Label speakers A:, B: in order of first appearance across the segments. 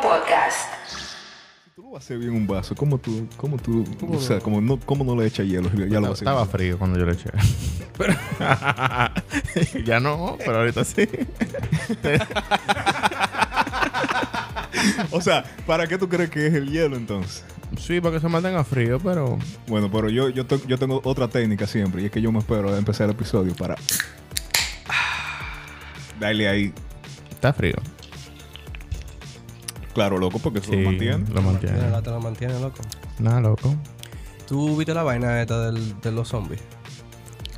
A: Podcast.
B: Tú lo haces bien un vaso, ¿cómo tú, cómo tú, o sea, como no, cómo no le echa hielo? Ya lo
C: No,
B: haces.
C: estaba frío cuando yo le eché. Pero- ya no, pero ahorita sí.
B: O sea, ¿para qué tú crees que es el hielo entonces?
C: Sí, para que se mantenga frío, pero.
B: Bueno, pero yo, yo, te- yo tengo otra técnica siempre y es que yo me espero a empezar el episodio para... Dale ahí.
C: Está frío.
B: Claro, loco, porque eso
C: Sí,
B: lo mantiene.
C: Lo
D: Mira,
C: mantiene.
D: la- te lo mantiene, loco.
C: Nada, loco.
D: ¿Tú viste la vaina esta del- de los zombies?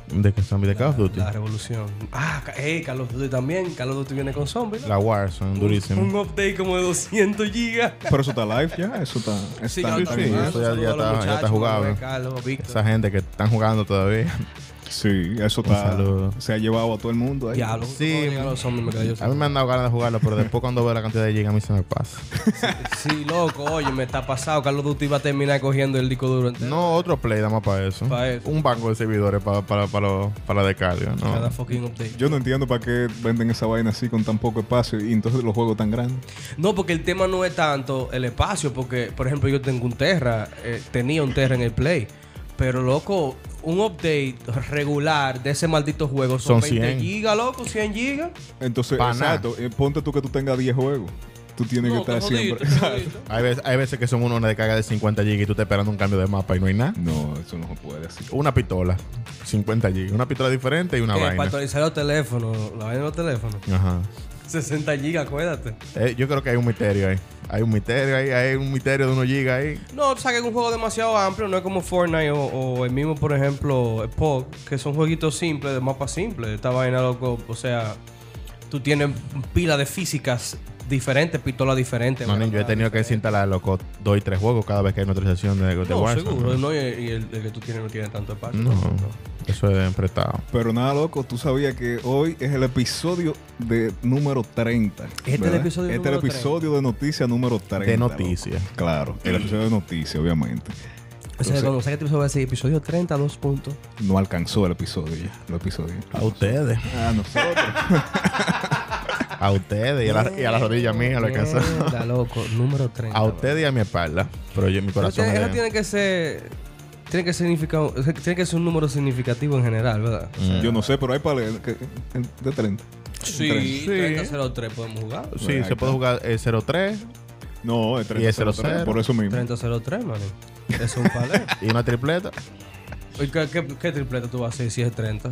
C: De que zombie de Call of Duty.
D: La revolución. Ah, ca- eh, Call of Duty también. Call of Duty viene con zombies. ¿no?
C: La Warzone, durísimo.
D: Un update como de 200 gigas.
B: Pero eso está live ya, eso está... está-
D: Sí, claro,
B: está
C: sí,
B: bien.
C: eso ya-
D: saludo
C: ya
D: a los
C: está- ya está
D: muchachos,
C: jugado,
D: Manuel,
C: ¿no?
D: Carlos, Víctor.
C: Esa gente que están jugando todavía.
B: Sí, eso está...
C: saludo.
B: Se ha llevado a todo el mundo ahí.
D: Diablo,
C: Sí,
D: sí, los zombies me quedé yo
C: A mí me han dado ganas de jugarlo, pero después cuando veo la cantidad de gigas a mí se me pasa.
D: Sí, loco, oye, me está pasado. Call of Duty va a terminar cogiendo el disco duro entero.
C: No, otro play, nada más para eso.
D: Pa' eso.
C: Un banco de servidores para, para, para, lo- para la descarga. ¿no?
D: Cada fucking update.
B: Yo no entiendo para qué venden esa vaina así con tan poco espacio y entonces los juegos tan grandes.
D: No, porque el tema no es tanto el espacio, porque, por ejemplo, yo tengo un Terra, eh, tenía un Terra en el Play, pero loco, un update regular de ese maldito juego son,
C: Son 100.
D: 20 gigas, loco, 100 gigas.
B: Entonces,
C: Pa' nada.
B: exacto, eh, ponte tú que tú tengas 10 juegos. Tú tienes
D: No,
B: que estar
D: te jodiste,
B: siempre.
D: te jodiste.
C: Hay, veces, hay veces que son uno- una descarga de 50 gigas y tú estás esperando un cambio de mapa y no hay nada.
B: No, eso no se puede así. Uh,
C: Una pistola, 50 gigas. Una pistola diferente y una
D: Eh, para
C: vaina.
D: actualizar los teléfonos, la vaina de los teléfonos.
C: Ajá.
D: 60 gigas, acuérdate.
C: Eh, yo creo que hay un misterio ahí. Hay un misterio ahí, hay un misterio de unos gigas ahí.
D: No, tú sabes que es un juego demasiado amplio, no es como Fortnite o, o el mismo, por ejemplo, POG, que son jueguitos simples, de mapas simples. Esta vaina, loco, o sea, tú tienes pila de físicas diferentes, pistolas diferentes.
C: No, niño, yo he tenido que desinstalar loco dos y tres juegos cada vez que hay una actualización de, de
D: No,
C: Warzone.
D: seguro, no, y, y el, el que tú tienes no tiene tanto espacio.
C: No,
D: tampoco.
C: eso es prestado.
B: Pero nada, loco, tú sabías que hoy es el episodio de número 30.
D: Este es el episodio
B: Este es el
D: número
B: episodio de noticia número 30.
C: De
B: loco.
C: noticias.
B: Claro, el episodio de noticias, obviamente.
D: O sea,
B: Entonces-
D: cuando salga este episodio va a decir episodio 32 puntos.
B: No alcanzó el episodio ya. El episodio.
C: A ustedes.
B: A nosotros.
C: A ustedes y a la, y a la rodilla mía lo alcanzó.
D: Mierda, loco, número 30.
C: A ustedes y a mi espalda. Pero yo mi
D: Pero
C: corazón. eh. es de-
D: tiene- eso Este, tiene que ser... Tiene que, significar, o sea, tiene que ser un número significativo en general, ¿verdad?
B: Yo no sé, pero hay para leer que- eh, de 30.
D: Sí,
C: Sí.
D: 30-03 podemos jugar.
C: Sí,
B: Bueno, ahí
C: se
B: está.
C: puede jugar eh, 03
B: No, de 30.
C: Y es 00.
B: Por eso mismo.
D: 30-03, man. Es un palé.
C: y una tripleta.
D: ¿Y qué, qué, qué tripleta tú vas a hacer si es 30?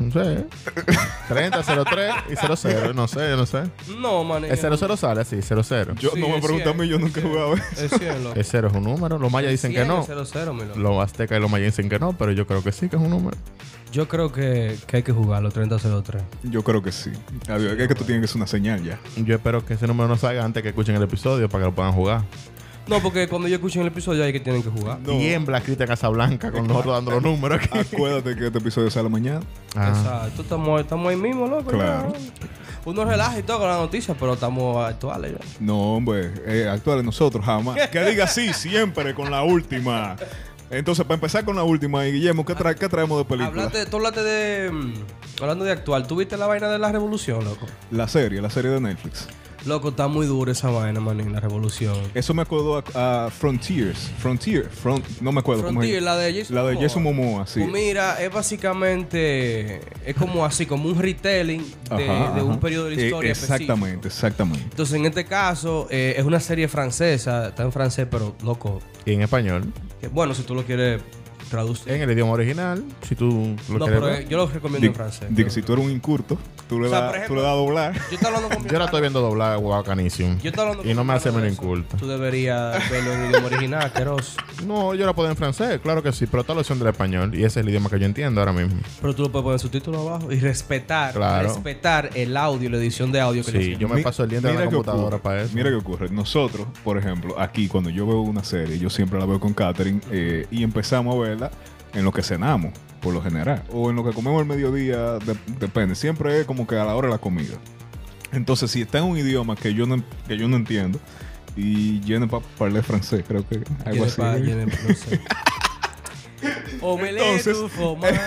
C: No sé. 30, 03 y 00. No sé, yo no sé.
D: No, man.
C: El 00 sale así, 00.
B: Yo
D: Sí,
B: no me
D: es
B: preguntan a mí, yo nunca he jugado.
D: Es 100, loco.
C: El 0 es un número. Los mayas dicen que no.
D: 00, mi loco.
C: Los aztecas y los mayas dicen que no, pero yo creo que sí que es un número.
D: Yo creo que, que hay que jugarlo 30-03.
B: Yo creo que sí. A ver, es que tú tienes que hacer una señal ya.
C: Yo espero que ese número no salga antes que escuchen el episodio para que lo puedan jugar.
D: No, porque cuando yo escuché el episodio hay que tienen que jugar.
B: No.
C: Y en Black Cristian Casablanca con nosotros dando los números aquí.
B: Acuérdate que este episodio sale mañana.
C: Ah,
D: Exacto, estamos, estamos ahí mismo, loco.
B: Claro.
D: ya. Uno relaja y todo con las noticias, pero estamos actuales ya.
B: No, hombre, eh, actuales nosotros jamás. Que diga sí, siempre con la última. Entonces, para empezar con la última, y Guillermo, ¿qué, tra- qué traemos de película?
D: Hablaste, tú hablaste de. mm, Hablando de actual, ¿tú viste la vaina de la revolución, loco?
B: La serie, la serie de Netflix.
D: Loco, está muy dura esa vaina, manín, la revolución.
B: Eso me acuerdo a, a Frontiers. Frontier, Front, no me acuerdo cómo es.
D: Frontier, la de Jason
B: La de
D: Momoa.
B: Jason Momoa, sí.
D: Pues mira, es básicamente. Es como así, como un retelling
B: Ajá,
D: de, de
B: ajá.
D: un periodo de la
B: Eh,
D: historia. específico.
B: exactamente, exactamente.
D: Entonces, en este caso, eh, es una serie francesa, está en francés, pero loco.
C: y en español.
D: que, bueno, si tú lo quieres traducir.
C: En el idioma original, si tú Eh, lo
D: no,
C: quieres
D: pero
C: ver.
D: eh, yo lo recomiendo
B: De,
D: en francés.
B: de que si tú eres un incurto, tú le
D: O sea,
B: das
D: por ejemplo-
B: tú le das a doblar.
D: Yo estaba hablando con mi
C: Yo la estoy viendo doblada, guau, canísimo.
D: Yo estaba hablando
C: Y no
D: con
C: me
D: mi
C: hace
D: hermano
C: menos
D: de eso.
C: inculta.
D: Tú deberías verlo en el idioma original, asqueroso.
C: No, yo la puedo en francés, claro que sí, pero está la opción del español y ese es el idioma que yo entiendo ahora mismo.
D: Pero tú lo puedes poner subtítulo abajo y respetar,
C: Claro.
D: respetar el audio, la edición de audio que le
C: Sí,
D: hicieron.
C: yo me
B: Mi-
C: paso el día en
B: mira
C: la
B: qué
C: computadora
B: ocurre,
C: para eso.
B: Mira qué ocurre. Nosotros, por ejemplo, aquí cuando yo veo una serie, yo siempre la veo con Catherine eh, y empezamos a verla en lo que cenamos, por lo general. O en lo que comemos al mediodía, de- depende. Siempre es como que a la hora de la comida. Entonces, si está en un idioma que yo no, que yo no entiendo, y Jenny para hablar francés, creo que algo
D: Tiene
B: así.
D: pa- tiene- no sé. Omelette
B: Entonces-
D: du fromage.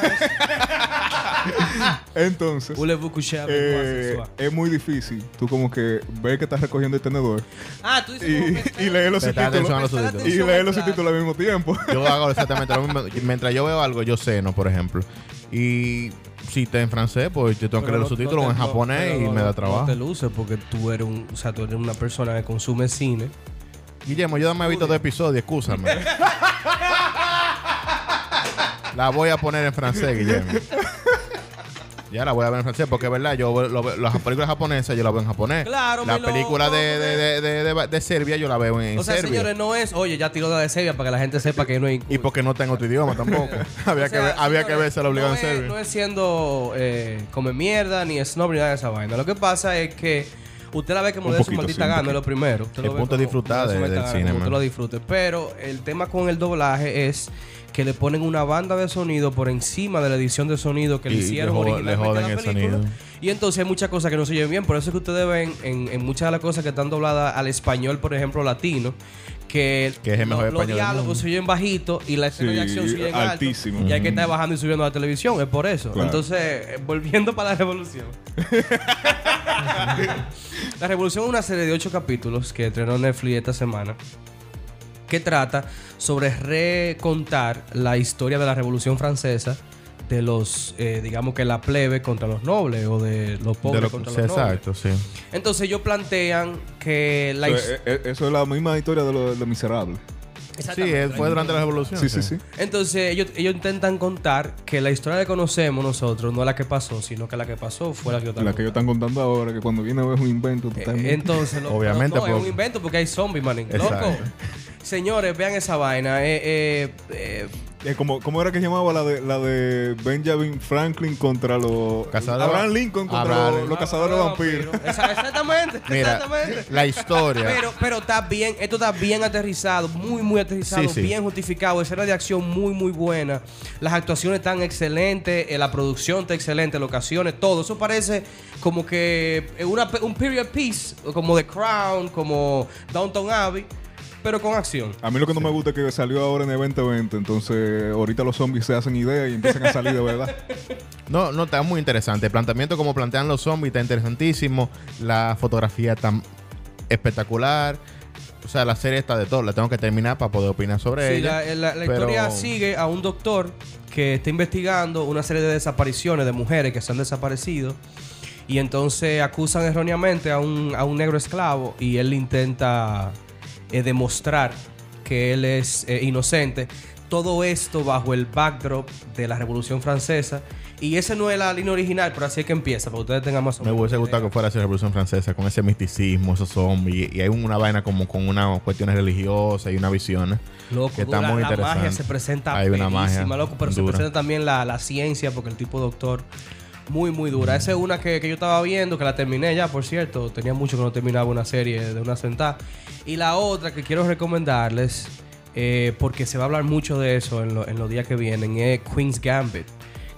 B: Entonces,
D: Ule Bukushea,
B: eh,
D: Benguasua.
B: es muy difícil. Tú como que ves que estás recogiendo el tenedor
D: Ah, tú
B: y,
D: dices. como prestar-
B: y lees los
C: Prestar atención
B: subtítulos
C: a los
D: prestar
C: subtítulos.
B: y
D: atención
B: lees
D: al
B: los
D: plato.
B: subtítulos al mismo tiempo.
C: Yo hago exactamente lo mismo. Mientras yo veo algo, yo ceno, por ejemplo. Y si está en francés, pues yo tengo que
D: Pero
C: leer los
D: no-
C: subtítulos
D: no
C: o en
D: te- no-
C: japonés
D: pero
C: y
D: no-
C: me da
D: No
C: trabajo.
D: te luces porque tú eres, un, o sea, tú eres una persona que consume cine.
C: Guillermo, yo no me he visto dos episodios, escúchame. la voy a poner en francés, Guillermo. Ya la voy a ver en francés, porque es verdad, yo veo- lo veo- las películas japonesas yo las veo en japonés.
D: Claro,
C: Las
D: mi loco,
C: películas de, de, de, de, de- de Serbia yo la veo en
D: o sea,
C: Serbia.
D: señores, no es, oye, ya tiró la de Serbia para que la gente sepa que no hay.
C: Y porque no tengo otro idioma tampoco. había
D: O sea,
C: que ver, había que
D: señores,
C: verse la obligada
D: no
C: en
D: es-
C: Serbia.
D: No es siendo eh, come mierda, ni snob, ni nada de esa vaina. Lo que pasa es que usted la ve que mueve su
B: poquito,
D: maldita
B: sí, un
D: gana, es lo primero. Usted
C: El
D: lo ve
C: punto de
D: como-
C: disfrutar
D: como
C: de-
D: su maldita
C: del
D: gana,
C: cine,
D: como Usted
C: man.
D: lo disfrute. Pero el tema con el doblaje es que le ponen una banda de sonido por encima de la edición de sonido que le
C: Y le
D: hicieron
C: jo- le
D: originalmente a
C: joden
D: la
C: el
D: película.
C: sonido.
D: Y entonces hay muchas cosas que no se oyen bien. Por eso es que ustedes ven en, en muchas de las cosas que están dobladas al español, por ejemplo, latino, que,
C: Que es el mejor
D: lo- los
C: español del
D: diálogos
C: mundo.
D: se oyen bajito y la escena de
B: Sí,
D: acción se oyen
B: altísimo.
D: Alto, y hay que estar bajando y subiendo la televisión. Es por eso.
B: Claro.
D: Entonces, eh, volviendo para la revolución. la revolución es una serie de ocho capítulos que estrenó Netflix esta semana que trata sobre recontar la historia de la Revolución Francesa de los, eh, digamos que la plebe contra los nobles o de los
C: De
D: pobres
C: lo-
D: contra
C: sí,
D: los nobles.
C: exacto, sí.
D: Entonces ellos plantean que la
B: Eso,
D: his-
B: es- es- eso es la misma historia de los lo miserables.
C: Sí,
D: Exactamente.
C: él fue durante la revolución.
B: Sí, sí, sí.
D: Entonces ellos, ellos intentan contar que la historia que conocemos nosotros no es la que pasó, sino que la que pasó fue la que yo
B: La que ellos están contando ahora, que cuando viene a ver un invento
D: Eh,
B: totalmente.
D: Entonces, lo-
C: Obviamente,
D: no, es un
C: pues.
D: invento porque hay zombies, manín.
C: Exacto.
D: Loco. Señores, vean esa vaina. Eh, eh, eh,
B: Eh, como, ¿Cómo era que se llamaba la de, la de Benjamin Franklin contra los.
C: Cazadores-
B: Abraham Lincoln contra
C: Abraham-
B: los, los cazadores de vampiros?
D: ah, Esa- Exactamente,
C: Mira,
D: exactamente.
C: la historia.
D: Pero, pero está bien, esto está bien aterrizado, muy, muy aterrizado,
C: Sí, sí.
D: bien justificado. Escena de acción muy, muy buena. Las actuaciones están excelentes, eh, la producción está excelente, las ocasiones, todo. Eso parece como que eh, una pe- un period piece, como The Crown, como Downton Abbey, pero con acción.
B: A mí lo que no me gusta es que salió ahora en el 2020, entonces ahorita los zombies se hacen ideas y empiezan a salir de verdad.
C: No, no, está muy interesante. El planteamiento como plantean los zombies está interesantísimo. La fotografía tan espectacular. O sea, la serie está de todo. La tengo que terminar para poder opinar sobre
D: Sí,
C: ella.
D: la, eh, la- la
C: Pero-
D: historia sigue a un doctor que está investigando una serie de desapariciones de mujeres que se han desaparecido. Y entonces acusan erróneamente a un, a un negro esclavo y él intenta eh, demostrar que él es eh, inocente. Todo esto bajo el backdrop de la Revolución Francesa. Y esa no es la línea original, pero así es que empieza, para que ustedes tengan más o
C: Me
D: menos
C: hubiese
D: una
C: gustado
D: idea.
C: que fuera así la Revolución Francesa, con ese misticismo, esos zombies. Y hay una vaina como con unas cuestiones religiosas y una visión. ¿eh?
D: Loco,
C: que está
D: dura,
C: muy
D: la
C: interesante.
D: magia se presenta
C: Hay una magia
D: bellísima, loco, pero se
C: dura.
D: presenta también la, la ciencia, porque el tipo doctor, muy, muy dura. Esa es una que, que yo estaba viendo, que la terminé ya, por cierto. Tenía mucho que no terminaba una serie de una sentada. Y la otra que quiero recomendarles, eh, porque se va a hablar mucho de eso en, lo- en los días que vienen, es Queen's Gambit,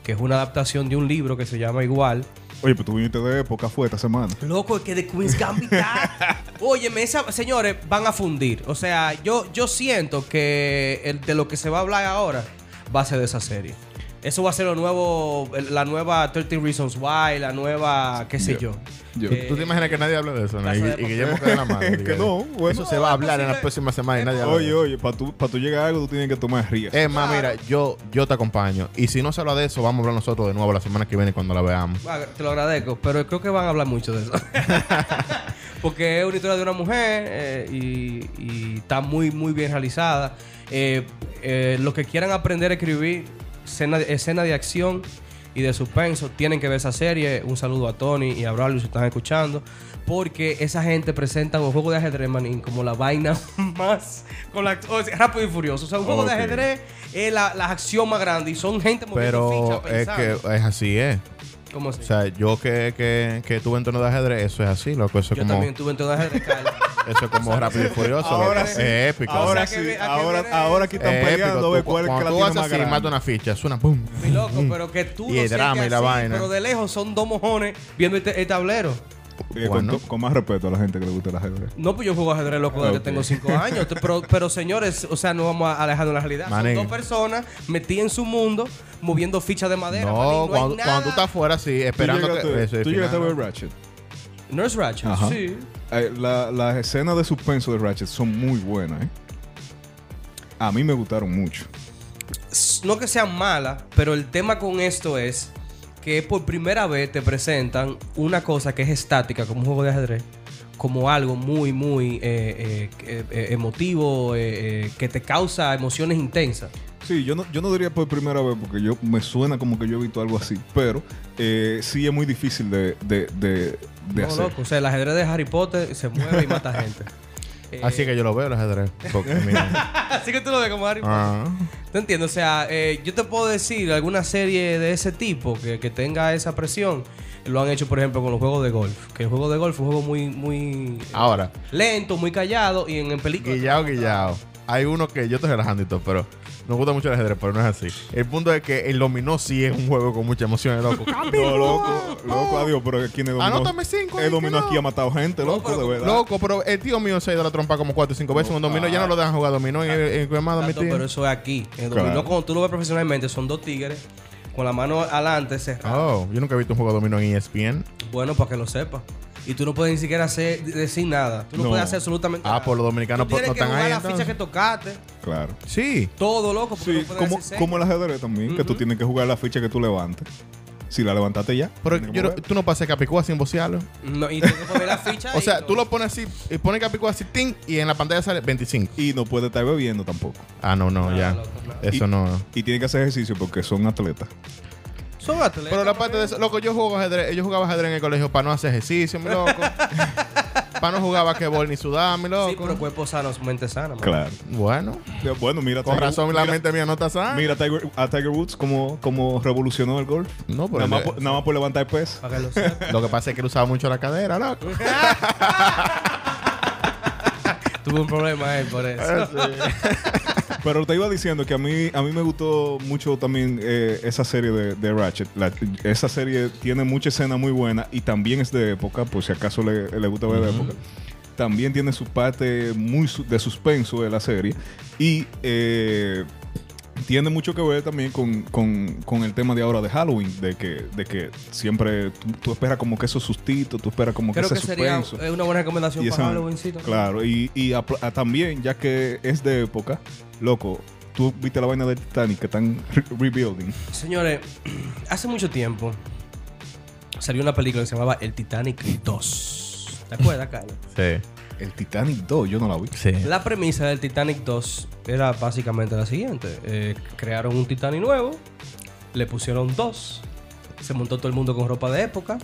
D: que es una adaptación de un libro que se llama igual.
B: Oye, pues tú viniste de época, fue esta semana.
D: Loco, es que de Queen's Gambit está- Óyeme, esa, señores, van a fundir. O sea, yo, yo siento que el- de lo que se va a hablar ahora va a ser de esa serie. Eso va a ser lo nuevo, el- la nueva 13 Reasons Why, la nueva, qué sé
B: Yo-
D: yo.
B: yo-
C: ¿Tú,
D: Eh,
C: tú te imaginas que nadie habla de eso? ¿no?
D: Casa
C: Y,
D: de
C: y
D: Papel.
C: Guillermo queda en la mano.
B: Que no, bueno.
C: Eso se va a hablar en la
D: posible.
C: próxima semana y nadie habla. de
B: Oye,
C: eso.
B: oye, para tú, pa' tú llegar a algo tú tienes que tomar rías.
C: Es más, mira, yo, yo te acompaño. Y si no se habla de eso, vamos a hablar nosotros de nuevo la semana que viene cuando la veamos.
D: Ah, Te lo agradezco, pero creo que van a hablar mucho de eso. Porque es una historia de una mujer eh, y, y está muy, muy bien realizada. Eh, eh, los que quieran aprender a escribir escena, escena de acción y de suspenso, tienen que ver esa serie. Un saludo a Tony y a Braulio si están escuchando. Porque esa gente presenta un juego de ajedrez, manín, como la vaina más... Con la, o sea, rápido y furioso. O sea, un juego
B: Ok.
D: de ajedrez es la, la acción más grande y son gente moviendo
C: Pero
D: fichas,
C: es que
D: pensando.
C: es así, es.
D: ¿Cómo así?
C: O sea, yo que, que, que tuve entorno de ajedrez, eso es así, loco. Eso es
D: Yo
C: como,
D: también tuve entonces de Carlos.
C: eso es como rápido y furioso.
B: Ahora
C: loco.
B: sí.
C: Es épico.
B: Ahora
D: O sea, que
B: sí,
D: ve- a que viene-
B: ahora, ahora aquí
C: es
B: están peleando a ver
C: Tú-
B: cuál es que
C: cuando
B: la
C: tú
B: tiene
C: haces
B: más
C: así, mata
B: grande.
C: una ficha, suena ¡pum!
D: Mi loco, pero que tú
C: Mm. Y el
D: sientes
C: drama y la vaina.
D: Pero de lejos son dos mojones viendo este, el este tablero.
B: Oye, con,
C: Juan, ¿no?
B: con- con más respeto a la gente que le gusta el ajedrez.
D: No, pues yo juego ajedrez loco desde
B: Ok.
D: que tengo cinco años. Te- Pero, pero señores, o sea, no vamos a alejarnos de la realidad.
C: Manín.
D: Son dos personas metidas en su mundo, moviendo fichas de madera. manín,
C: No,
D: hay
C: cuando,
D: nada.
C: cuando tú estás fuera, sí, esperando
B: tú
C: que.
B: llegaste,
C: eso es
B: tú llegaste a
C: final,
B: ver
C: ¿no?
B: Ratchet.
D: Nurse Ratchet,
B: Ajá.
D: sí.
B: Eh, la- las escenas de suspenso de Ratchet son muy buenas, ¿eh? A mí me gustaron mucho.
D: s- no que sean malas, pero el tema con esto es que por primera vez te presentan una cosa que es estática, como un juego de ajedrez, como algo muy, muy eh, eh, eh, eh, emotivo, eh, eh, que te causa emociones intensas.
B: Sí, yo no, yo no diría por primera vez porque yo me suena como que yo he visto algo así, pero eh, sí es muy difícil de, de, de, de
D: No,
B: hacer.
D: loco, o sea, el ajedrez de Harry Potter se mueve y mata gente. Eh,
C: Así que yo lo veo, el ajedrez. Porque, mira,
D: así que tú lo ves como Harry Potter.
C: ah,
D: ¿Te entiendes? O sea, eh, yo te puedo decir alguna serie de ese tipo que, que tenga esa presión. Lo han hecho, por ejemplo, con los juegos de golf. Que el juego de golf es un juego muy, muy eh,
C: ahora,
D: lento, muy callado y en, en películas.
C: guillao, guillao. Hay uno que yo estoy relajando y todo, pero nos gusta mucho el ajedrez, pero no es así. El punto es que el dominó sí es un juego con mucha emoción, es loco.
B: No, loco, loco, adiós, pero aquí en el dominó.
C: Anótame cinco,
B: El
C: dije
B: dominó
C: no.
B: aquí ha matado gente,
D: No,
B: loco,
D: pero-
B: de verdad.
C: Loco, pero el tío mío se ha ido a la trompa como cuatro o cinco veces en un dominó. Ya no lo dejan jugar dominó en el en el colmado, mi
D: Tato,
C: tío.
D: pero eso es aquí. En el
B: Claro.
D: dominó, cuando tú lo ves profesionalmente, son dos tigres con la mano adelante cerrada.
C: Oh, yo nunca he visto un juego de dominó en E ESPN.
D: Bueno, para que lo sepas. Y tú no puedes ni siquiera hacer, decir nada. Tú no,
B: No.
D: puedes hacer absolutamente
C: Ah,
D: nada.
C: pues los
D: Tú
C: dominicanos
D: tienes
C: no
D: que
C: están
D: jugar
C: ahí.
D: la ficha que
C: entonces.
D: tocaste.
B: Claro.
C: Sí.
D: Todo, loco. porque
B: Sí,
D: no puedes
B: como,
D: decir seis.
B: como el ajedrez también, que tú tienes que jugar la ficha que tú levantes. Si la levantaste ya.
C: Pero
B: tienes que
C: yo no-
B: mover.
C: tú no pasas Capicúa sin bocearlo.
D: No, y tienes que poner la ficha
C: O
D: y
C: sea,
D: no.
C: tú lo pones así, y pones Capicúa así, ting, y en la pantalla sale 25.
B: Y no puedes estar bebiendo tampoco.
C: Ah, no, no,
D: No,
C: ya.
D: loco, no.
C: Eso
B: Y-
C: no.
B: Y tienes que hacer ejercicio porque son atletas.
D: Son atletas.
C: Pero la parte de eso, loco, yo jugaba ajedrez, yo jugaba ajedrez en el colegio para no hacer ejercicio, mi loco. para no jugar basquetbol ni sudar, mi
D: Sí, pero
C: loco.
D: cuerpo sano, mente sana. man.
B: Claro.
C: bueno,
B: Bueno, mira.
C: con
B: Tiger-
C: razón la
B: mira-
C: mente mía no está sana.
B: Mira a Tiger, a Tiger Woods como, como revolucionó el golf.
C: No, pero
B: Nada más,
C: le-
B: por, nada más por levantar peso.
D: Para que lo sepas.
C: Lo que pasa es que él usaba mucho la cadera, loco.
D: Tuve un problema ahí por eso.
B: Pero te iba diciendo que a mí, a mí me gustó mucho también eh, esa serie de, de Ratchet. La- esa serie tiene mucha escena muy buena y también es de época, por si acaso le, le gusta ver de época. También tiene su parte muy su- de suspenso de la serie. Y eh, tiene mucho que ver también con, con- con el tema de ahora de Halloween, de que, de que siempre tú, tú esperas como que esos sustitos, tú esperas como
D: Creo
B: que
D: que
B: ese
D: sería
B: suspenso.
D: eh, una buena recomendación
B: Y
D: para
B: esa-
D: Halloweencito.
B: Claro, y, y apl- a- también, ya que es de época, loco, tú viste la vaina del Titanic que están re- rebuilding.
D: Señores, hace mucho tiempo salió una película que se llamaba El Titanic 2. ¿Te acuerdas, Carlos?
C: Sí,
B: El Titanic 2, yo no la vi.
C: sí.
D: La premisa del Titanic 2 era básicamente la siguiente. Eh, crearon un Titanic nuevo, le pusieron dos, se montó todo el mundo con ropa de época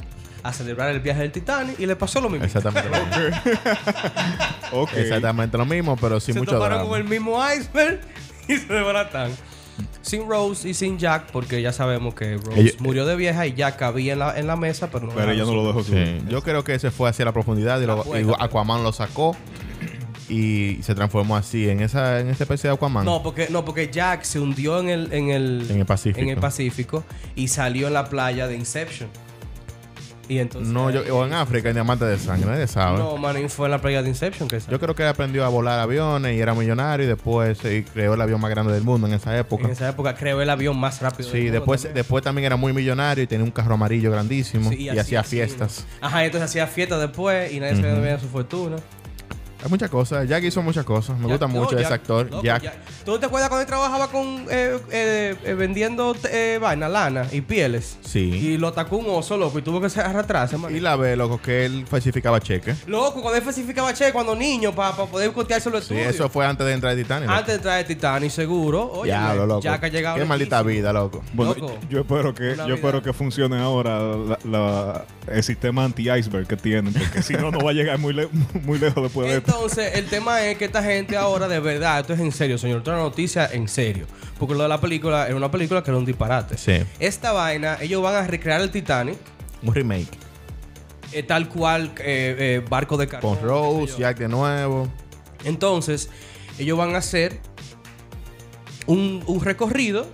D: a celebrar el viaje del Titanic y le pasó lo mismo.
C: Exactamente lo mismo.
B: Ok.
C: Exactamente lo mismo, pero sin
D: se
C: mucho
D: toparon
C: drama.
D: con el mismo iceberg y se desbaratan. Sin Rose y sin Jack, porque ya sabemos que Rose
C: Ellos-
D: murió de vieja y Jack cabía en la, en la mesa, pero no
B: Pero
D: era
B: ella no lo dejó subir.
C: Sí. Yo creo que ese fue hacia la profundidad y, lo-
D: La puerta,
C: y
D: pero-
C: Aquaman lo sacó y se transformó así en esa en esa especie de Aquaman.
D: No, porque, no, porque Jack se hundió en el, en el,
C: Ah. En el Pacífico.
D: en el Pacífico y salió en la playa de Inception. Y entonces.
C: No, yo, o en África, en Diamante de Sangre, nadie sabe.
D: No, Manin fue en la playa de Inception que salió.
C: Yo creo que él aprendió a volar aviones y era millonario y después eh, creó el avión más grande del mundo en esa época.
D: En esa época creó el avión más rápido. del
C: Sí,
D: mundo
C: después
D: también.
C: después también era muy millonario y tenía un carro amarillo grandísimo
D: Sí,
C: y,
D: así,
C: hacía
D: así.
C: fiestas.
D: Ajá, entonces hacía fiestas después y nadie se veía su fortuna.
C: Hay muchas cosas. Jack hizo muchas cosas. Me
D: Jack-
C: gusta
D: no,
C: mucho ese
D: Jack-
C: actor.
D: loco,
C: Jack.
D: ¿Tú te acuerdas cuando él trabajaba con eh, eh, eh, vendiendo eh, vaina, lana y pieles?
C: Sí.
D: Y lo atacó un oso, loco, y tuvo que arrastrarse, man.
C: Y la ve, loco, que él falsificaba cheques.
D: Loco, cuando él falsificaba che cuando niño para poder costearse los
C: Sí,
D: estudios.
C: eso fue antes de entrar a Titanic. loco.
D: Antes de traer Titanic, seguro. Oye,
C: Ya, lo loco.
D: ya que ha llegado.
C: Qué maldita
D: lejísimo.
C: vida, loco.
B: Bueno,
D: Loco.
B: yo espero que,
D: Una
B: yo espero
D: vida.
B: que funcione ahora la- la- el sistema anti-iceberg que tienen, porque si no, no va a llegar muy, le- muy lejos después de esto.
D: Entonces, el tema es que esta gente ahora, de verdad, esto es en serio, señor. Esto es una noticia en serio. Porque lo de la película era una película que era un disparate.
C: Sí.
D: Esta vaina, ellos van a recrear el Titanic,
C: Un remake.
D: eh, tal cual eh, eh, barco de carbón.
C: Con Rose, Jack de nuevo.
D: Entonces, ellos van a hacer un, un recorrido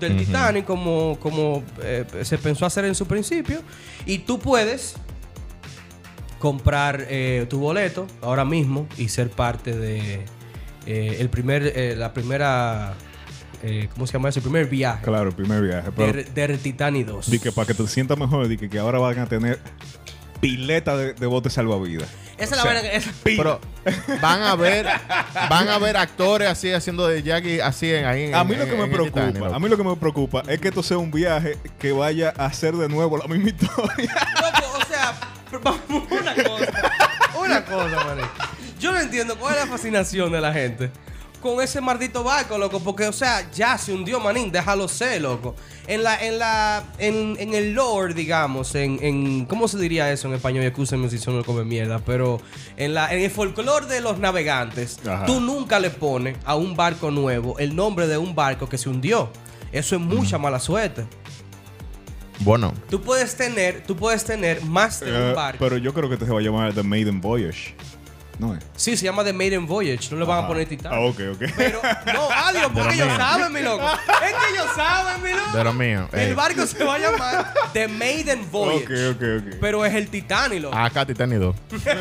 D: del Titanic como, como eh, se pensó hacer en su principio. Y tú puedes comprar eh, tu boleto ahora mismo y ser parte de eh, el primer, eh, la primera, eh, ¿cómo se llama eso? El primer viaje
B: Claro, el primer viaje.
D: de,
B: Pero
D: R- de Retitani 2.
B: di que para que te sientas mejor, di que, que ahora van a tener pileta de, de botes salvavidas.
D: Esa
B: O
D: es la
B: sea,
D: vaina que- esa-
C: Pero van a ver, van a ver actores así haciendo de Jackie así en ahí. en-
B: A mí lo
C: en-
B: que
C: en
B: me
C: el Titanic,
B: preocupa,
C: loco.
B: a mí lo que me preocupa es que esto sea un viaje que vaya a hacer de nuevo la misma historia.
D: Loco, o sea, pero vamos, una cosa. Una cosa, maní. Yo no entiendo cuál es la fascinación de la gente con ese maldito barco, loco. Porque, o sea, ya se hundió, manín. Déjalo ser, loco. En la, en la, en, en el lore, digamos, en, en, ¿cómo se diría eso en español? Y Excúsenme si son no come mierda, pero en la, en el folclore de los navegantes,
B: Ajá.
D: tú nunca le pones a un barco nuevo el nombre de un barco que se hundió. Eso es mucha mala suerte.
C: Bueno,
D: Tú puedes tener, tú puedes tener más de
B: Eh,
D: un barco.
B: pero yo creo que este se va a llamar The Maiden Voyage. No es.
D: Sí, se llama The Maiden Voyage. No le van a
B: Ajá.
D: poner Titán.
B: Ah, ok, ok.
D: Pero, no, adiós, porque
C: mío.
D: ellos saben, mi loco. Es que ellos saben, mi loco.
C: de lo mío.
D: El
C: ey.
D: barco se va a llamar The Maiden Voyage.
B: Ok, ok, ok. Ah,
D: Pero es el Titanic, loco.
C: Acá Titanic 2.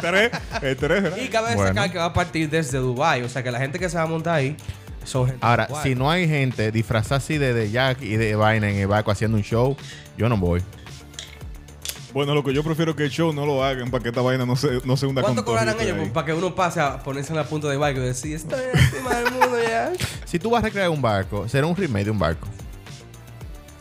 B: Tres, eh, tres, ¿verdad?
D: Y cabe
C: Bueno.
D: destacar que va a partir desde Dubai O sea, que la gente que se va a montar ahí son gente
C: Ahora,
D: de Dubái.
C: si no hay gente disfrazada así de, de Jack y de vaina en el barco haciendo un show, yo no voy.
B: Bueno, lo que yo prefiero que el show no lo hagan para que esta vaina no se, no se hunda con
D: ¿Cuánto
B: todo
D: cobrarán
B: este
D: ellos
B: ahí.
D: pues, para que uno pase a ponerse en la punta de barco y decir, estoy encima del mundo ya?
C: Si tú vas a recrear un barco, será un remake de un barco.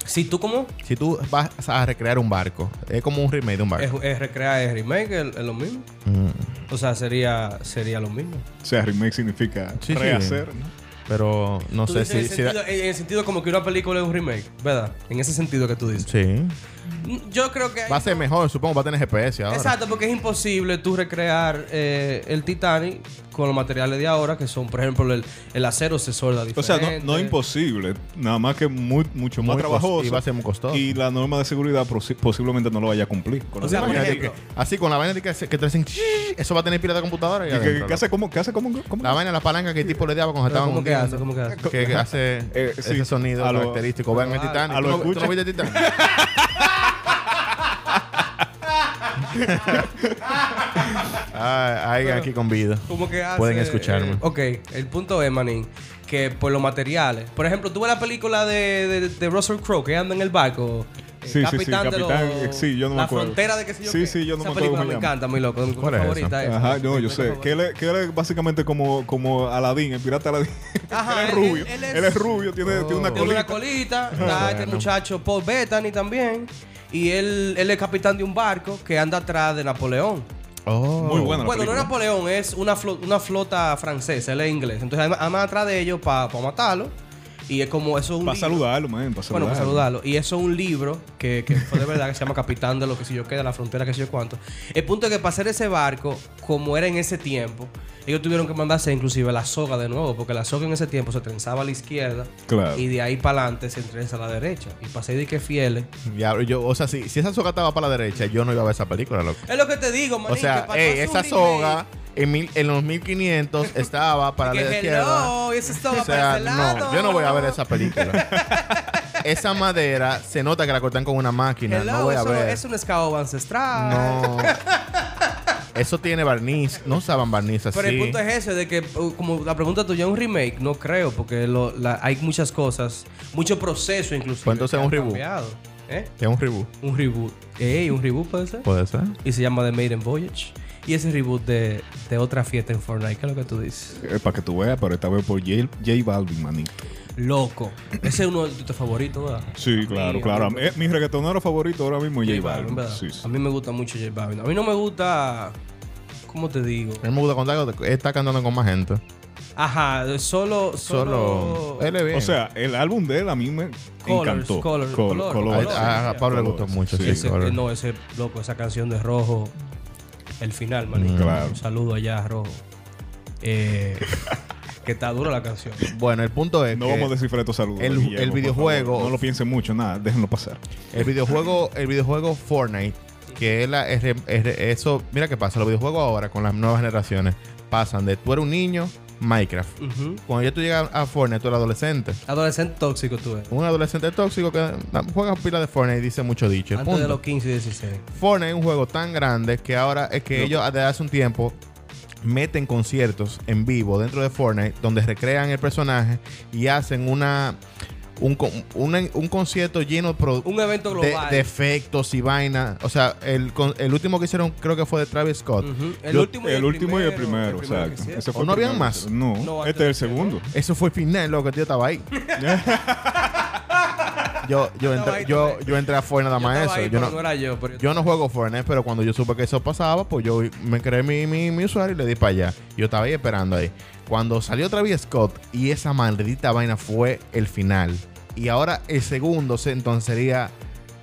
D: Si tú como
C: Si tú vas a recrear un barco, es como un remake de un
D: es,
C: barco.
D: es recrear el remake, es, es lo mismo.
C: Mm,
D: O sea, sería, sería lo mismo.
B: O sea, remake significa
C: Sí, sí.
B: rehacer, ¿no?
C: pero no
D: Tú
C: sé
D: dices
C: si.
D: en,
C: si da-
D: sentido, en- en sentido como que una película es un remake, ¿verdad? En ese sentido que tú dices.
C: sí.
D: Mm, Yo creo que...
C: Va a ser mejor, supongo, va a tener GPS ahora.
D: Exacto, porque es imposible tú recrear eh, el Titanic con los materiales de ahora, que son, por ejemplo, el, el acero se solda
B: O
D: diferente.
B: sea, no, no imposible, nada más que muy, mucho más
C: Muy
B: trabajoso.
C: costoso, y va a ser muy costoso.
B: Y la norma de seguridad posi- posiblemente no lo vaya a cumplir. con
D: O
B: la
D: sea,
B: norma.
D: por
C: Imagínate
D: ejemplo.
C: que- así con la vaina de que, que te dicen, "Shh", eso va a tener pila de computadora. Y
B: ¿Y qué-
C: adentro,
B: ¿Qué hace como? ¿Qué hace como?
C: loco.
B: como-
C: La vaina, la palanca que el tipo le daba cuando
D: Pero
C: estaban
D: ¿Cómo que hace?
C: hundiendo.
D: ¿Cómo que hace?
C: que que hace
B: Eh,
C: ese
B: sí,
C: sonido
B: a lo-
C: característico. Vean el
D: a-
C: Titanic.
B: a lo
C: ¿Tú no- ¿Tú no
B: escucha.
C: viste Titanic? Ah, hay alguien aquí con vida.
D: ¿Cómo que hace?
C: Pueden escucharme.
D: Eh, ok, el punto es, manín, que por los materiales. Por ejemplo, tú ves la película de, de, de Russell Crowe que anda en el barco. eh,
B: Sí, sí, sí, Capitán, eh, sí, yo no me
D: la
B: acuerdo.
D: frontera de que sé yo
B: Sí,
D: qué.
B: sí, yo no
D: Esa
B: me acuerdo
D: película
B: cómo
D: me
B: llama.
D: encanta, mi loco. mi
C: ¿Cuál es
D: favorita esa.
B: Ajá, no, yo sé. Que
D: ¿Qué
B: él, es- que él es básicamente como, como Aladín, el pirata Aladín.
D: Ajá,
B: él es
D: él- él-
B: rubio. Él,
D: él
B: es...
D: es-
B: rubio, tiene, tiene una
D: Tiene
B: colita.
D: una colita. Está este muchacho Paul Bettany también. Y él, él es capitán de un barco que anda atrás de Napoleón.
C: Oh.
B: Muy buena Ah, la
D: Bueno, no
B: película.
D: es Napoleón, es una, flo- una flota francesa, él es inglés. Entonces además- andan atrás de ellos para matarlo. Y es como eso es un
B: Para
D: libro.
B: saludarlo, man, para
D: Bueno,
B: saludarlo.
D: para saludarlo. Y eso es un libro que, que fue de verdad que se llama Capitán de lo que si yo queda, la frontera que sé yo cuánto. El punto es que para hacer ese barco, como era en ese tiempo, ellos tuvieron que mandarse inclusive la soga de nuevo, porque la soga en ese tiempo se trenzaba a la izquierda
B: Claro.
D: y de ahí para adelante se trenza a la derecha. Y para ser de que fieles.
C: Diablo, yo, o sea, si, si esa soga estaba para la derecha, yo no iba a ver esa película, loco.
D: Es lo que te digo, manín,
C: O sea,
D: que para tú
C: ey,
D: hacer un
C: esa
D: remake,
C: soga en, mil, en los 1500 estaba para
D: que
C: la izquierda.
D: hello, esa soga
C: O
D: para
C: sea,
D: ese lado.
C: no, yo no voy a ver esa película. esa madera se nota que la cortan con una máquina.
D: Hello,
C: no voy a
D: eso
C: ver.
D: es un escaobo ancestral.
C: No. Eso tiene barniz. No usaban barniz así.
D: Pero el punto es ese, de que uh, como la pregunta tuya, un remake, no creo, porque lo- la- hay muchas cosas, mucho proceso inclusive.
C: Pues entonces
D: que
C: un
D: han
C: reboot.
D: cambiado. ¿Eh?
C: Es un reboot.
D: Un reboot. Ey, un reboot puede ser.
C: Puede ser.
D: Y se llama The Maiden Voyage. Y ese reboot de, de otra fiesta en Fortnite, ¿qué es lo que tú dices?
B: para Eh, que tú veas, pero esta vez por J, J Balvin, manito.
D: Loco. Ese es uno de tus favoritos, ¿verdad?
B: Sí, claro,
D: a
B: claro.
D: mí-
B: Eh, mi reggaetonero favorito ahora mismo es J Balvin.
D: ¿verdad?
B: Sí, sí.
D: A mí me gusta mucho J Balvin. A mí no me gusta... ¿Cómo te digo?
C: A mí me gusta contar que está cantando con más gente.
D: Ajá, solo...
C: Solo.
D: Solo...
C: Él es bien.
B: O sea, el álbum de él a mí me
D: Colors,
B: encantó.
D: color,
B: Col-
D: color,
C: a,
D: color.
C: a- a Pablo le
B: Colores.
C: gustó mucho.
B: Sí.
C: Sí,
D: Ese- eh,
C: Colores.
D: no, ese loco, esa canción de Rojo, el final, manito.
B: Claro.
D: Un saludo allá a Rojo. Eh, que está dura la canción.
C: Bueno, el punto es.
B: No
C: que
B: vamos a descifrar estos saludos.
C: el-
B: Guillermo,
C: el
B: por
C: videojuego-
B: favor. No lo piensen mucho, nada, déjenlo pasar.
C: El videojuego, el videojuego Fortnite, que es la es re- es re- eso, mira qué pasa, los videojuegos ahora con las nuevas generaciones pasan de tú eres un niño Minecraft.
D: Ujú.
C: Cuando ya tú llegas a Fortnite, tú eres adolescente.
D: Adolescente tóxico tú eres.
C: Un adolescente tóxico que na, juega pila de Fortnite y dice mucho dicho.
D: Antes de
C: Punto.
D: los 15 y 16.
C: Fortnite es un juego tan grande que ahora es que ellos desde hace un tiempo meten conciertos en vivo dentro de Fortnite donde recrean el personaje y hacen una un, con- una- un concierto lleno de pro-
D: Un evento
C: de,
D: global.
C: de efectos y vaina. O sea, el, con- el último que hicieron creo que fue de Travis Scott.
D: Ujú.
B: El, último, el último y el primero, exacto.
D: que
B: Ese
D: hicieron.
B: fue
C: ¿O
B: el
C: no habían
B: primero.
C: más?
B: No,
D: No, antes
B: este es el
D: del primero.
B: segundo.
C: Eso fue el final, loco. Yo estaba ahí. yo, yo,
D: Estaba ahí
C: entré, yo,
D: también.
C: yo entré a Fortnite nada
D: Yo
C: más
D: estaba
C: eso.
D: ahí,
C: yo
D: pero
C: no,
D: no era yo, pero yo-
C: Yo no juego Fortnite, pero cuando yo supe que eso pasaba, pues yo me creé mi, mi, mi usuario y le di para allá. Yo estaba ahí esperando ahí. Cuando salió Travis Scott y esa maldita vaina fue el final. Y ahora el segundo se- entonces sería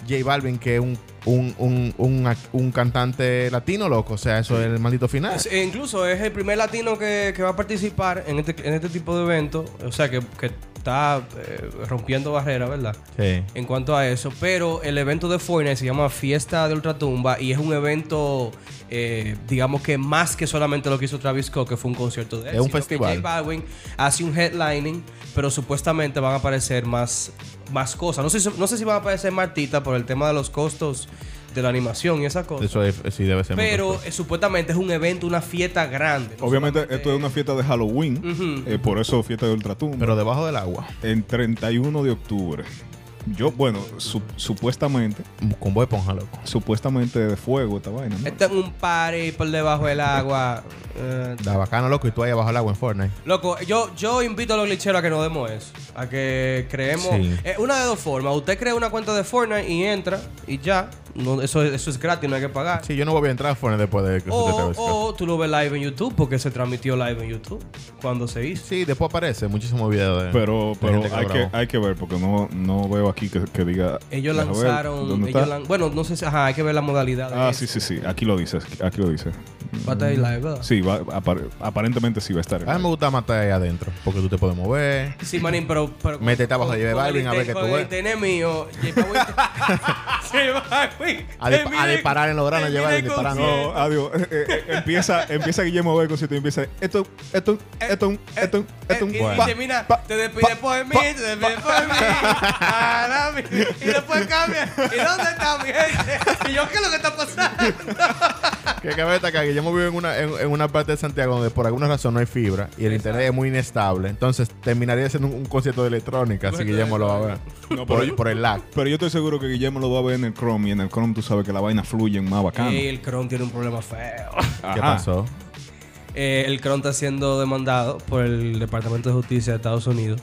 C: J Balvin, que es un, un, un, un ac- un cantante latino, loco. O sea, eso es el maldito final.
D: Es- e incluso es el primer latino que, que va a participar en este, en este tipo de evento. O sea, que, que está eh, rompiendo barreras, ¿verdad?
C: Sí.
D: en cuanto a eso, pero el evento de Fortnite se llama Fiesta de Ultratumba y es un evento, eh, digamos que más que solamente lo que hizo Travis Scott, que fue un concierto de él.
C: Es un
D: sino que
C: festival.
D: J Balvin hace un headlining, pero supuestamente van a aparecer más, más cosas. No sé, si- no sé si van a aparecer más artistas por el tema de los costos de la animación y esas cosas.
C: Eso es- sí debe ser. muy
D: pero
C: costoso.
D: eh, supuestamente es un evento, una fiesta grande. no
B: Obviamente,
D: solamente-
B: esto es una fiesta de Halloween,
D: Ujú.
B: eh, por eso fiesta de Ultratumba.
C: Pero debajo del agua.
B: en 31 de octubre. Yo, bueno, su- supuestamente,
C: Con voz de esponja, loco.
B: supuestamente de fuego esta vaina, ¿no?
D: Está en un party por debajo del agua. eh,
C: Da bacano, loco, y tú ahí abajo del agua en Fortnite.
D: Loco, yo, yo invito a los glitcheros a que nos demos eso. A que creemos.
C: Sí.
D: Eh, una de dos formas. Usted crea una cuenta de Fortnite y entra y ya. No, eso, eso es gratis, no hay que pagar.
C: Sí, yo no voy a entrar a Fortnite después de que de
D: O,
C: Travis Scott.
D: o tú lo ves live en YouTube porque se transmitió live en YouTube cuando se hizo.
C: Sí, después aparece muchísimos videos de.
B: Pero,
C: de
B: pero
C: gente
B: hay,
C: grabó.
B: que, hay que ver, porque no, no veo aquí que, que diga.
D: Ellos
B: Déjame ver,
D: lanzaron.
B: ¿dónde
D: ellos
B: está?
D: lan- bueno, no sé si. Ajá, hay que ver la modalidad. de
B: Ah,
D: eso.
B: sí, sí, sí. Aquí lo dice. Aquí lo dice.
D: Va a estar ahí live, ¿verdad?
B: Sí, va, apar- aparentemente sí va a estar.
C: A mí me gusta matar ahí adentro, porque tú te puedes mover.
D: Sí, manín, pero. pero
C: Métete abajo de J Balvin, a ver qué tú ves.
D: Tiene mío. J Balvin- J Balvin.
C: A, di-
D: termina
C: a
D: el-
C: disparar en los granos,
D: termina
C: llevar
D: el
C: disparando.
D: concierto.
B: No, adiós. Eh, eh, empieza, empieza Guillermo Belco si tú empiezas. Esto, esto, Eh, esto, esto, esto.
D: Eh,
B: pa,
D: y termina,
B: pa,
D: te despides
B: pa,
D: por mí,
B: pa,
D: te despides por mí. Ahora mi- Y después cambia. ¿Y dónde está mi gente? Y yo, ¿qué es lo que está pasando?
C: Que cabe destacar que yo me vivo en una, en, en una parte de Santiago donde por alguna razón no hay fibra y el internet es muy inestable. Entonces terminaría siendo un, un concierto de electrónica, así que ya me lo va a ver.
B: No, pero
C: por,
B: yo-
C: por el lag.
B: Pero yo estoy seguro que Guillermo lo va a ver en el Chrome y en el Chrome tú sabes que la vaina fluye más bacano.
D: el Cron tiene un problema feo.
B: Ajá.
C: ¿Qué pasó?
D: Eh, el Cron está siendo demandado por el Departamento de Justicia de Estados Unidos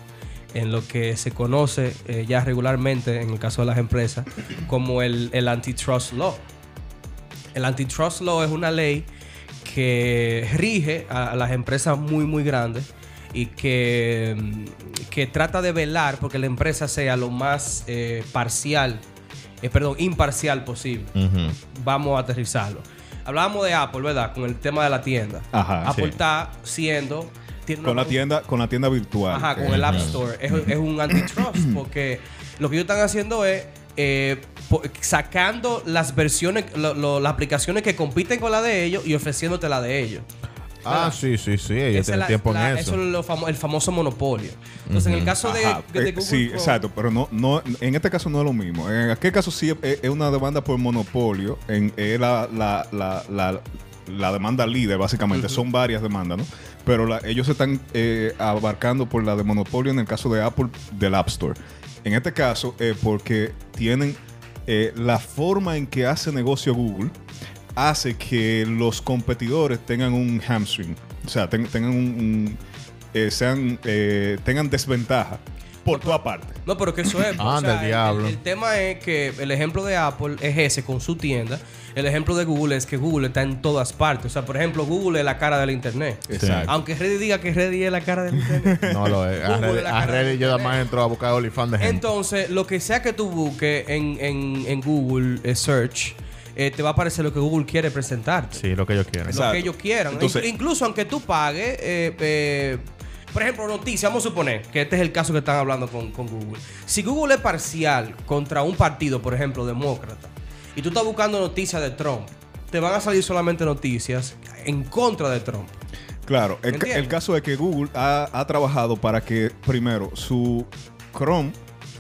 D: en lo que se conoce eh, ya regularmente, en el caso de las empresas, como el, el antitrust law. El antitrust law es una ley que rige a, a las empresas muy, muy grandes y que, mm, que trata de velar porque la empresa sea lo más eh, parcial, eh, perdón, imparcial posible.
C: Ujú.
D: Vamos a aterrizarlo. Hablábamos de Apple, ¿verdad? Con el tema de la tienda.
B: Ajá,
D: Apple
C: sí.
D: está siendo... tiene
B: Con
D: una-
B: la tienda, con la tienda virtual.
D: Ajá, con
B: Eh,
D: el App Store. Es, es un antitrust porque lo que ellos están haciendo es eh, po- sacando las versiones, lo- lo- las aplicaciones que compiten con la de ellos y ofreciéndote la de ellos.
C: Ah, sí, sí, sí. Ella
D: Esa es
C: tiene
D: la-
C: tiempo
D: la-
C: en eso.
D: es lo famo- el famoso monopolio. Entonces, en el caso de,
B: Ajá,
D: de- de
B: eh,
D: Google
B: sí,
D: Chrome,
B: exacto, pero no, no, en este caso no es lo mismo. En aquel caso sí es, es una demanda por monopolio, en, es la, la, la, la, la demanda líder, básicamente, son varias demandas, ¿no? Pero la- ellos se están eh, abarcando por la de monopolio en el caso de Apple del App Store. En este caso, eh, porque tienen eh, la forma en que hace negocio Google hace que los competidores tengan un hamstring, o sea, ten- tengan un, un- eh, sean, eh, tengan desventaja por tu aparte.
D: No, pero que eso es. pues,
C: Anda, el
D: el-
C: diablo.
D: El, el tema es que el ejemplo de Apple es ese con su tienda. El ejemplo de Google es que Google está en todas partes. O sea, por ejemplo, Google es la cara del Internet.
C: Exacto.
D: Aunque Reddy diga que Reddy es la cara del Internet.
C: No lo es. A
D: Google,
C: Red-
D: la
C: A
D: cara de
C: Reddit yo nada
D: internet.
C: más entro a buscar olifán de gente.
D: Entonces, lo que sea que tú busques en, en- en Google eh, Search, eh, te va a aparecer lo que Google quiere presentarte.
C: Sí, lo que ellos quieren.
B: Exacto.
D: Lo que ellos quieran.
B: Entonces-
D: Inc- incluso aunque tú pagues, eh, eh, por ejemplo, noticias, vamos a suponer que este es el caso que están hablando con, con Google. Si Google es parcial contra un partido, por ejemplo, demócrata, y tú estás buscando noticias de Trump, te van a salir solamente noticias en contra de Trump.
B: Claro, el, ca-
D: ¿Entiendes?
B: el caso es que Google ha, ha trabajado para que, primero, su Chrome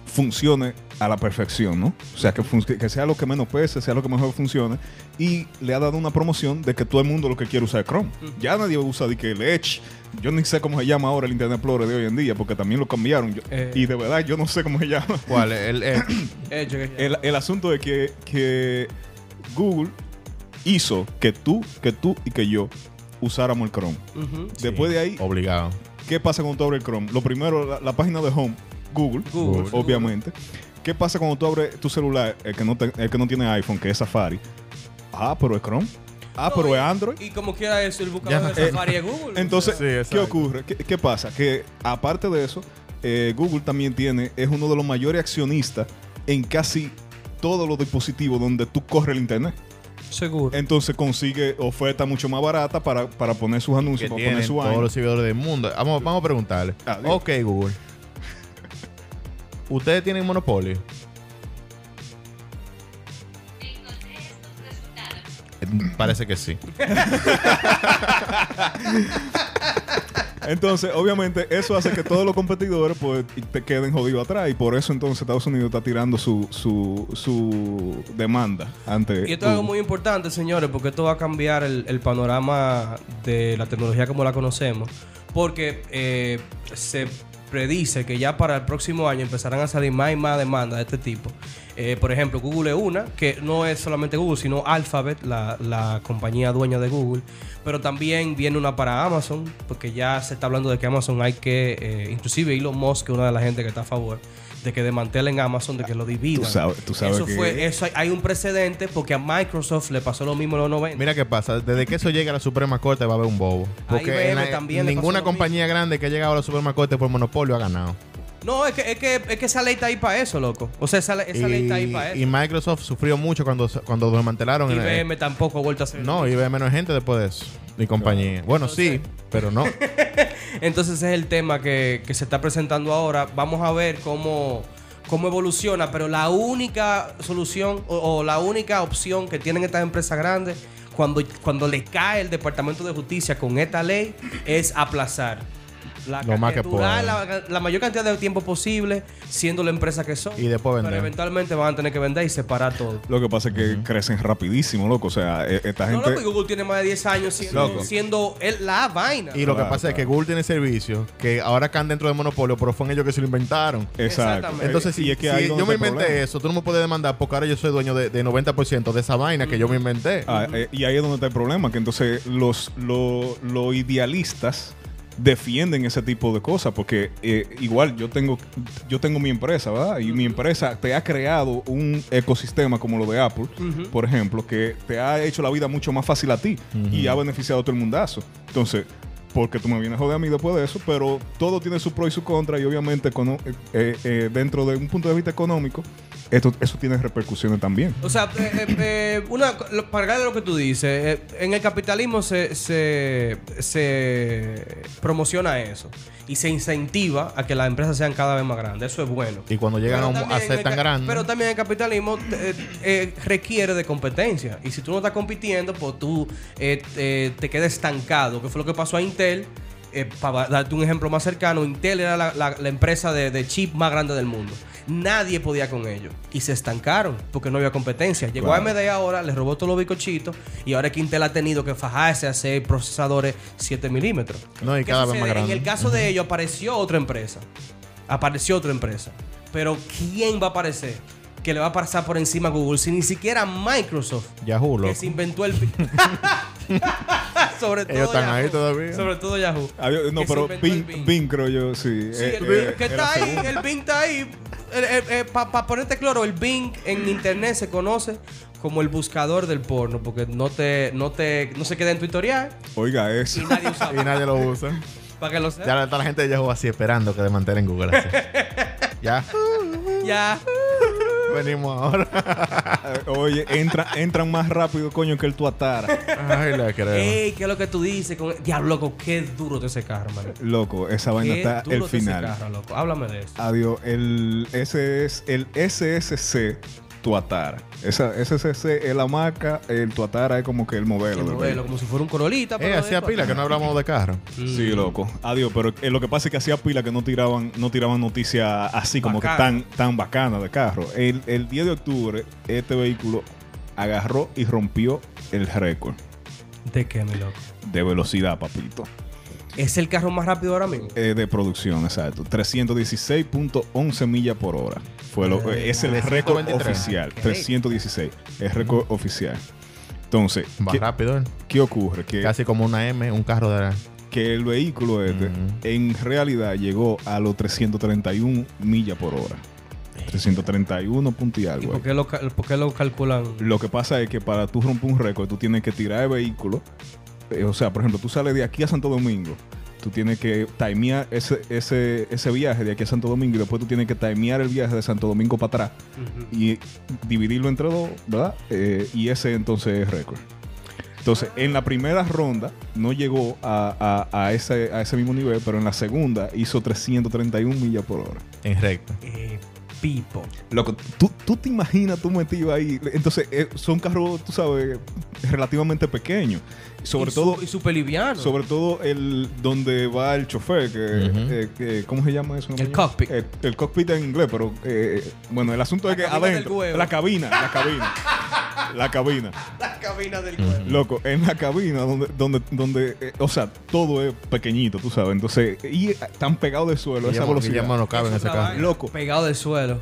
B: funcione a la perfección, ¿no? O sea, que, fun- que sea lo que menos pese, sea lo que mejor funcione. Y le ha dado una promoción de que todo el mundo lo que quiere usar es Chrome. Ya nadie usa de que el Edge. Yo ni sé cómo se llama ahora el Internet Explorer de hoy en día, porque también lo cambiaron. Yo-
D: Eh.
B: Y de verdad, yo no sé cómo se llama.
C: ¿Cuál? El, el-
D: Eh, cheque-
B: El, el asunto es que, que Google hizo que tú, que tú y que yo usáramos el Chrome.
D: Ujú.
B: Después de ahí,
C: obligado.
B: ¿qué pasa cuando tú abres el Chrome? Lo primero, la, la página de Home, Google,
D: Google.
B: obviamente. ¿Qué pasa cuando tú abres tu celular, el que no, te- el que no tiene iPhone, que es Safari? Ah, pero es Chrome. Ah,
D: No,
B: pero
D: y-
B: es Android. Eh,
D: Y como quiera eso, el buscador
C: Ya.
D: de Safari es Google.
B: Entonces,
C: Sí,
B: ¿qué
C: exacto.
B: ocurre? ¿Qué, qué pasa? Que aparte de eso, eh, Google también tiene, es uno de los mayores accionistas en casi todos los dispositivos donde tú corres el internet.
D: seguro.
B: Entonces consigue ofertas mucho más baratas para, para poner sus
C: Que
B: anuncios, para
C: tienen
B: poner su
C: todos
B: vaina.
C: los servidores del mundo. Vamos, vamos a preguntarle.
B: Ah, digo.
C: ok, Google. ¿Ustedes tienen monopolio?
A: Encontré estos resultados.
C: Eh, Parece que sí.
B: Entonces, obviamente, eso hace que todos los competidores pues, te queden jodidos atrás. Y por eso entonces Estados Unidos está tirando su, su, su demanda ante.
D: Y esto es algo
B: Google.
D: muy importante, señores, porque esto va a cambiar el, el panorama de la tecnología como la conocemos. Porque eh, se predice que ya para el próximo año empezarán a salir más y más demandas de este tipo. Eh, por ejemplo, Google es una, que no es solamente Google, sino Alphabet, la, la compañía dueña de Google. Pero también viene una para Amazon, porque ya se está hablando de que Amazon hay que, eh, inclusive Elon Musk, que es una de la gente que está a favor, de que desmantelen Amazon, de que lo dividan.
B: sabes- tú sabes
D: Eso
B: que-
D: fue, eso hay, hay un precedente porque a Microsoft le pasó lo mismo en los 90.
C: Mira qué pasa. Desde que eso llegue a la Suprema Corte va a haber un bobo. Porque
D: IBM
C: en la-
D: también le pasó
C: ninguna
D: lo mismo.
C: compañía grande que ha llegado a la Suprema Corte por monopolio ha ganado.
D: no, es que, es, que, es que esa ley está ahí para eso, loco. O sea, esa, le- esa ley está ahí para
C: y eh.
D: eso.
C: Microsoft sufrió mucho cuando, cuando desmantelaron. el-
D: IBM tampoco ha vuelto a hacer.
C: No, IBM no es gente después de eso. Ni compañía. Bueno, sí, pero no.
D: Entonces ese es el tema que, que se está presentando ahora. Vamos a ver cómo, cómo evoluciona, pero la única solución o, o la única opción que tienen estas empresas grandes cuando, cuando le cae el Departamento de Justicia con esta ley es aplazar. La,
C: Lo más que
D: durar
C: puedan.
D: la, la mayor cantidad de tiempo posible siendo la empresa que son.
C: Y después vender.
D: Pero eventualmente van a tener que vender y separar todo.
B: Lo que pasa es que crecen rapidísimo, loco. O sea, e- esta
D: No, no,
B: gente.
D: porque Google tiene más de 10 años siendo,
B: Loco.
D: siendo el- la vaina.
C: Y lo que
B: Claro,
C: pasa es que Google tiene servicios que ahora caen dentro del monopolio, pero fueron ellos que se lo inventaron.
B: Exacto.
D: Exactamente.
C: Entonces,
B: Eh, Y
C: si,
B: es que
C: si
B: ahí donde
C: yo me
B: está el
C: inventé
B: problema.
C: eso, tú no me puedes demandar porque ahora yo soy dueño de, de 90% de esa vaina que yo me inventé.
B: Ah, eh, y ahí es donde está el problema, que entonces los, lo- los idealistas defienden ese tipo de cosas, porque eh, igual yo tengo, yo tengo mi empresa, ¿verdad? Y mi empresa te ha creado un ecosistema como lo de Apple,
D: Ujú.
B: por ejemplo, que te ha hecho la vida mucho más fácil a ti y ha beneficiado a todo el mundazo. Entonces, porque tú me vienes a joder a mí después de eso, pero todo tiene su pro y su contra y obviamente cono- eh, eh, eh, dentro de un punto de vista económico, esto, eso tiene repercusiones también.
D: O sea, eh, eh, eh, una, lo- para agregar lo que tú dices, eh, en el capitalismo se, se, se promociona eso y se incentiva a que las empresas sean cada vez más grandes. Eso es bueno.
C: y cuando llegan a,
D: Pero
C: un- a
D: también
C: ser
D: el
C: tan
D: ca-
C: grandes,
D: Pero también el capitalismo eh, eh, requiere de competencia. Y si tú no estás compitiendo, pues tú eh, eh, te quedas estancado. Que fue lo que pasó a Intel. para darte un ejemplo más cercano, Intel era la, la- la empresa de, de chip más grande del mundo. Nadie podía con ellos. Y se estancaron porque no había competencia. Llegó
B: Claro.
D: AMD ahora, les robó todos los bicochitos. Y ahora es que Intel ha tenido que fajarse a hacer procesadores 7 milímetros.
C: no, y
D: ¿Qué
C: cada vez más
D: sucede?
C: grande.
D: En el caso de ellos apareció otra empresa. Apareció otra empresa. Pero ¿quién va a aparecer? Que le va a pasar por encima a Google. Si ni siquiera Microsoft,
C: Yahoo, loco.
D: que se inventó el... sobre todo
C: Ellos están ahí
D: Yahoo.
C: todavía.
D: Sobre todo Yahoo.
B: Ah, yo- no,
D: Que se
B: pero
D: inventó el
B: Bing,
D: Bing.
B: Bing, creo yo, sí.
D: Sí,
B: Eh,
D: el
B: eh,
D: Bing que
B: era
D: está ahí,
B: segunda.
D: el Bing está ahí. Para ponerte claro, el Bing en internet se conoce como el buscador del porno, porque no te, no te, no se queda en tu historial
B: Oiga eso.
D: y nadie usa.
C: y nadie lo usa.
D: para que lo sepas.
C: Ya la- está la gente de Yahoo así esperando que desmantelen Google. así. ya,
D: Ya.
C: venimos ahora.
B: Eh, Oye, entra, entran más rápido, coño, que el tuatara.
C: Ay, la creo.
D: Ey, ¿qué es lo que tú dices? Con... Diablo, loco, qué duro te ese carro, man.
B: Loco, esa vaina
D: Qué
B: está
D: duro
B: el
D: está ese
B: final.
D: carro, loco. Háblame de eso.
B: Adiós. El, ese es el SSC tuatara. Esa, ese es el hamaca, el tuatara es como que el modelo.
D: El
B: del
D: modelo, como si fuera un corolita.
C: Eh, hacía pila que no hablamos de carro.
B: Sí, loco. Mm. Adiós, pero eh, lo que pasa es que hacía pila que no tiraban, no tiraban noticias así como que
D: Bacana.
B: tan, tan bacana de carro. El, el 10 de octubre, este vehículo agarró y rompió el récord
D: ¿De qué, mi loco?
B: de velocidad, papito.
D: Es el carro más rápido ahora mismo.
B: Eh, de producción, exacto. 316.11 millas por hora. Fue lo, eh, es el récord
C: 323.
B: oficial. 316. Es récord oficial. Entonces,
C: Va
B: ¿qué,
C: rápido, eh.
B: qué ocurre? Que
C: casi como una M, un carro de la.
B: que el vehículo este
C: Mm.
B: en realidad llegó a los 331 millas por hora. 331 punto y
D: ¿Y
B: algo.
D: por
B: ahí.
D: qué, lo, cal- por qué lo calculan?
B: Lo que pasa es que para tú romper un récord, tú tienes que tirar el vehículo. Eh, o sea, por ejemplo, tú sales de aquí a Santo Domingo. Tú tienes que timear ese, ese, ese viaje de aquí a Santo Domingo y después tú tienes que timear el viaje de Santo Domingo para atrás
D: Ujú.
B: y dividirlo entre dos, ¿verdad? Eh, y ese entonces es récord. Entonces, en la primera ronda no llegó a, a- a ese, a ese mismo nivel, pero en la segunda hizo 331 millas por hora.
C: En recta.
D: Eh, Pipo.
B: Loco, tú, tú te imaginas tú metido ahí. Entonces, eh, son carros, tú sabes, relativamente pequeños. Sobre
D: Y su-
B: todo,
D: Y súper liviano.
B: sobre todo el donde va el chofer, que,
C: Ujú.
B: eh, que- ¿cómo se llama eso?
D: El cockpit.
B: Eh, el cockpit en inglés, pero eh, bueno, el asunto
D: La
B: es que
D: cabina del
B: adentro,
D: huevo.
B: la cabina, la cabina, la cabina.
D: La cabina
B: Mm,
D: del
B: Loco, en la cabina donde, donde, donde, eh, o sea, todo es pequeñito, tú sabes. Entonces, y eh, tan pegado del suelo, a esa
C: Guillermo,
B: velocidad.
C: Guillermo no cabe en ese carro.
B: Loco.
D: Pegado del suelo.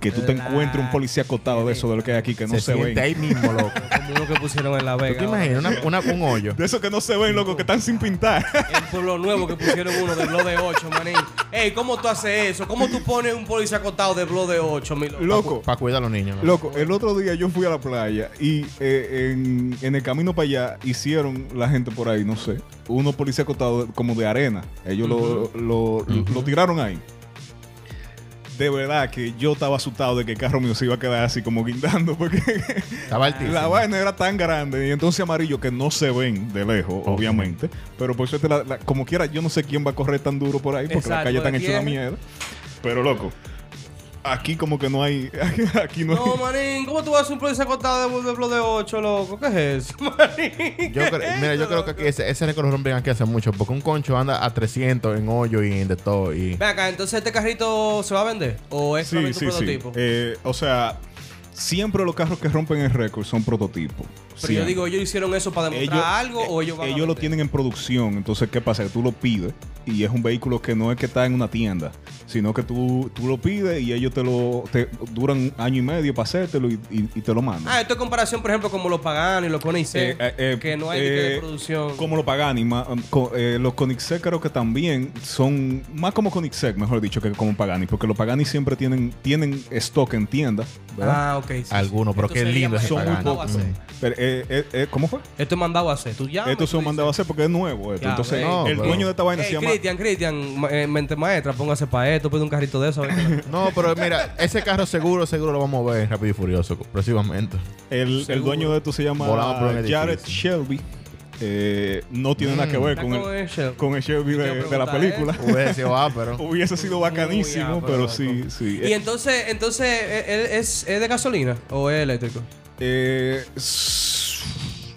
B: Que tú te encuentres un policía acotado de eso, de lo que hay aquí, que no se,
C: siente
B: ven.
C: ahí mismo, loco.
D: Como uno que pusieron en La
C: ¿Tú
D: Vega.
C: te imaginas? Una- una- un hoyo.
B: De esos que no se ven, loco, que están sin pintar.
D: En Pueblo Nuevo que pusieron uno de Blo de 8, manín. Ey, ¿cómo tú haces eso? ¿Cómo tú pones un policía acotado de Blo de 8, mi loco?
B: Loco.
C: Para cuidar a los niños. loco.
B: Loco, el otro día yo fui a la playa y eh, en, en el camino para allá hicieron la gente por ahí, no sé, unos policías acostados como de arena. Ellos lo- lo, lo tiraron ahí. De verdad que yo estaba asustado de que el carro mío se iba a quedar así como guindando porque
C: Estaba
D: Ah,
C: altísimo.
B: la vaina era tan grande y entonces amarillo que no se ven de
D: Oh,
B: lejos, obviamente. Pero por suerte, la- la- como quiera, yo no sé quién va a correr tan duro por ahí porque la
D: Exacto,
B: calle está
D: de
B: hecha una
D: tierra.
B: mierda. Pero loco, aquí como que no hay... Aquí no, hay...
D: No, manín, ¿cómo tú vas a hacer un policía acotado de, de Blo de 8, loco? ¿Qué es eso, manín?
C: Yo cre- mira, yo creo que aquí ese, ese récord lo rompen aquí hace mucho. Porque un concho anda a 300 en hoyo y en de todo. Y...
D: Ven acá, entonces este carrito se va a vender o es solamente un prototipo.
B: Eh, o sea, siempre los carros que rompen el récord son prototipos.
D: Pero yo digo, ellos hicieron eso para demostrar algo o ellos van a
B: Eh, lo
D: vender?
B: tienen en producción, entonces ¿qué pasa? Que tú lo pides y es un vehículo que no es que está en una tienda, sino que tú, tú lo pides y ellos te lo te duran un año y medio para hacértelo y, y- y te lo mandan.
D: Ah, esto es comparación, por ejemplo, como los paganos y los Coney C,
B: Eh, eh, eh,
D: que no hay
B: eh,
D: ni que de producción.
B: Como los Pagani, ma- co- eh, los Koenigsegg creo que también son más como Koenigsegg, mejor dicho, que como Pagani, porque los Pagani siempre tienen, tienen stock en tienda, ¿verdad?
D: Ah, ok. sí, sí.
C: Algunos, pero
D: Esto
C: qué
D: sería
C: lindo
D: más-
C: ese Mm.
B: son muy
D: mandado a
B: pocos.
D: hacer.
B: Pero, eh, eh, eh, ¿Cómo fue?
D: Esto es mandado a hacer. Tú ya.
B: Esto se lo mandaba a hacer porque es nuevo. esto.
D: Ya,
B: Entonces,
D: güey.
C: No,
B: eh, el
C: güey.
B: dueño de esta vaina se llama.
D: Cristian, Cristian, ma- eh, mente maestra, póngase para esto, pide un carrito de eso. a ver qué-
C: No, pero mira, ese carro seguro, seguro lo vamos a ver en rápido y furioso, próximamente.
B: El, el
D: Seguro.
B: dueño de esto se llama
C: Volaba por un edificio.
B: Jared Shelby. Eh, no tiene nada que ver
D: Está
B: con
D: como
B: el,
D: ese.
B: con el Shelby
D: Yo
B: de, de la
D: preguntar, ¿eh?
B: película.
C: Hubiese sido ápero.
B: Hubiese sido
D: Uy,
B: bacanísimo,
D: ya,
B: pero
D: pero
B: sí, sí.
D: Y entonces, entonces ¿e- e- ¿es, es de gasolina o es eléctrico?
B: Eh, s-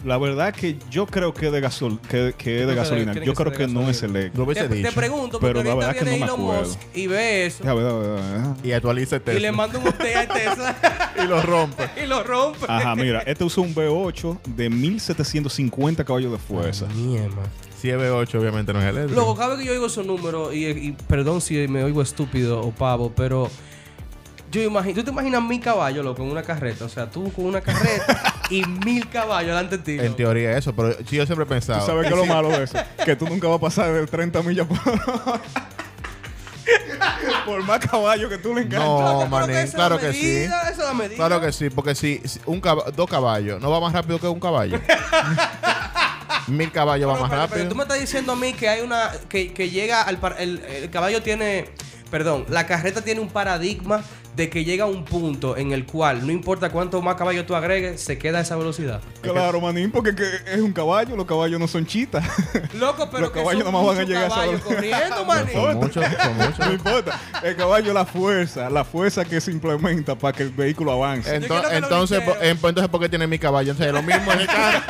B: la verdad que yo creo que de gasol, que, que es de
D: que
B: gasolina.
D: tiene
B: Yo
D: que
B: creo
D: ser
B: que
D: de
B: no es
D: gasolina.
B: eléctrico.
C: Lo hubiese
D: Te, te
C: Pues dicho.
D: pregunto,
B: Pero
D: porque
B: la
D: ahorita
B: verdad que
D: viene
B: no me
D: Elon
B: acuerdo.
D: Musk y ve eso
B: Déjame, déjame, déjame.
C: Y actualiza el
D: y le
C: Tesla.
D: manda un update a Tesla
C: Y lo rompe.
D: y lo rompe.
B: Ajá, mira, este usó un V8 de 1750 caballos de fuerza.
D: Mierda.
C: Si es V8, obviamente no es eléctrico.
D: Luego, cada vez que yo oigo esos números, y, y perdón si me oigo estúpido o pavo, pero yo imagino, tú te imaginas mil caballos, loco, en una carreta. O sea, tú con una carreta y mil caballos delante de ti.
C: En
D: loco.
C: teoría eso, pero sí, yo siempre he
B: ¿Tú
C: pensado.
B: sabes qué es lo malo de eso? Que tú nunca vas a pasar de 30 millas por hora. Por más caballo que tú le enganches.
C: No,
D: Loco, pero
C: manín,
D: esa es
C: claro
D: la
C: que sí.
D: medida, esa es la medida.
C: Claro que sí, porque si, si un cab- dos caballos no va más rápido que un caballo. Mil caballos va
D: Pero,
C: más
D: pero, pero
C: rápido.
D: tú me estás diciendo a mí que hay una. que, que llega al. par- el, el caballo tiene. Perdón, la carreta tiene un paradigma de que llega un punto en el cual no importa cuánto más caballo tú agregues, se queda a esa velocidad.
B: Claro, manín, porque que es un caballo, los caballos no son chitas.
D: Loco, pero
B: Los
D: que
B: caballos
D: son
B: nomás van a
D: muchos
B: llegar a esa
D: caballos corriendo,
C: Con
D: manín.
C: mucho, con mucho.
B: No importa. El caballo, la fuerza, la fuerza que se implementa para que el vehículo avance.
C: Ento-
D: quiero que lo
C: entonces, po-
D: ligero.
C: em- entonces, ¿por qué tiene mi caballo? Entonces, lo mismo en el carro.